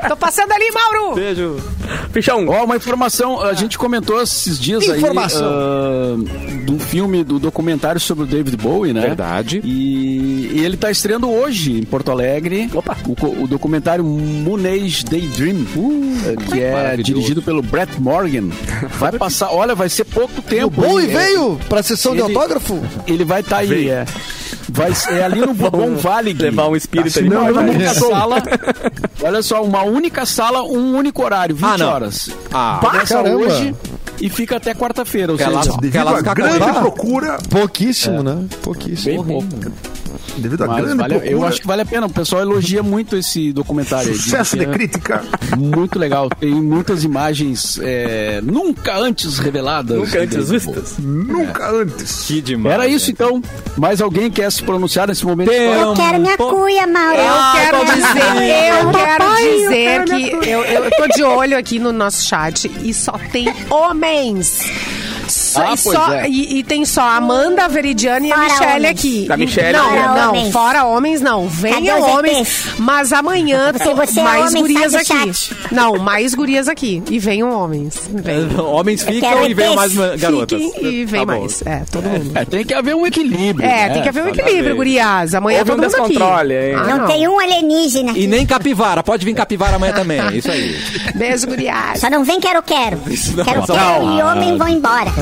Speaker 2: Tô passando ali, Mauro!
Speaker 1: Beijo.
Speaker 3: Pichão,
Speaker 6: Ó, uma informação, a gente comentou esses dias
Speaker 4: Informação.
Speaker 6: aí ah, do filme, do documentário sobre o David Bowie, né?
Speaker 1: Verdade.
Speaker 6: E, e ele tá estreando hoje em Porto Alegre
Speaker 3: Opa.
Speaker 6: O, co- o documentário Moon Age Daydream, eh, que é
Speaker 1: Maravilhoso.
Speaker 6: dirigido pelo Brett Morgan. Vai passar, olha, vai ser pouco tempo.
Speaker 4: O Boi
Speaker 6: hein? É,
Speaker 4: veio pra sessão de
Speaker 6: ele-
Speaker 4: autógrafo?
Speaker 6: Ele vai estar aí, é. Vai, ser- é ali no Bom Vale. Gui.
Speaker 3: levar um espírito ali.
Speaker 6: Não, é
Speaker 3: pra
Speaker 6: uma
Speaker 3: trás.
Speaker 6: única sala. Olha só, uma única sala, um único horário, 20
Speaker 1: Ah, não.
Speaker 6: horas.
Speaker 1: Ah,
Speaker 6: Começa
Speaker 4: caramba.
Speaker 6: hoje e fica até quarta-feira. Ou seja,
Speaker 1: Aquelas-
Speaker 5: Devido
Speaker 1: aquelas
Speaker 5: à grande
Speaker 1: cacahuá.
Speaker 5: procura.
Speaker 4: Pouquíssimo, né? Pouquíssimo.
Speaker 6: É. bem pouco.
Speaker 5: Devido à
Speaker 6: Mas
Speaker 5: grande
Speaker 6: vale-
Speaker 5: procura.
Speaker 6: eu acho que vale a pena. O pessoal elogia muito esse documentário. aí. Diz
Speaker 5: Sucesso
Speaker 6: que
Speaker 5: de
Speaker 6: é
Speaker 5: crítica.
Speaker 6: Muito legal. Tem muitas imagens é, nunca antes reveladas.
Speaker 3: Nunca antes
Speaker 6: Entendeu?
Speaker 3: vistas.
Speaker 5: Nunca
Speaker 6: É.
Speaker 5: antes.
Speaker 1: que demais. né?
Speaker 6: Era isso então. Mais alguém quer se pronunciar nesse momento?
Speaker 2: um-
Speaker 7: Eu quero minha cuia, Mauro.
Speaker 2: Eu quero dizer, eu quero
Speaker 7: tá Papai, eu
Speaker 2: dizer
Speaker 7: quero
Speaker 2: que eu, eu tô de olho aqui no nosso chat e só tem homens. Só-
Speaker 6: Ah,
Speaker 2: e,
Speaker 6: pois
Speaker 2: só-
Speaker 6: é.
Speaker 2: e- e tem só a Amanda, a Veridiana e a
Speaker 7: Fora
Speaker 2: Michelle
Speaker 7: homens.
Speaker 2: aqui.
Speaker 3: A Michelle
Speaker 2: não,
Speaker 7: Fora
Speaker 2: não,
Speaker 7: homens.
Speaker 2: fora homens não. Venham
Speaker 7: Cadê os
Speaker 2: homens,
Speaker 7: ETs?
Speaker 2: mas amanhã tem
Speaker 7: você é
Speaker 2: mais
Speaker 7: homem,
Speaker 2: gurias
Speaker 7: sai do
Speaker 2: aqui.
Speaker 7: chat.
Speaker 2: Não, mais gurias aqui. E venham homens. Venham.
Speaker 1: Homens ficam
Speaker 7: quero
Speaker 1: e venham mais
Speaker 7: ETs.
Speaker 1: garotas.
Speaker 2: Fiquem e vem
Speaker 1: Tá bom.
Speaker 2: mais. É, todo mundo.
Speaker 6: É, tem que haver um equilíbrio.
Speaker 2: É,
Speaker 6: né?
Speaker 2: tem que haver um
Speaker 1: tá
Speaker 2: equilíbrio,
Speaker 1: bem.
Speaker 2: gurias. Amanhã
Speaker 3: Houve um
Speaker 2: todo mundo aqui.
Speaker 3: descontrole, hein?
Speaker 2: Ah,
Speaker 7: Não, tem um alienígena.
Speaker 1: E nem capivara, pode vir capivara amanhã também. é Isso aí.
Speaker 2: Beijo, gurias.
Speaker 7: Só não vem quero, quero.
Speaker 1: não,
Speaker 7: quero,
Speaker 1: só-
Speaker 7: quero e homem vão embora.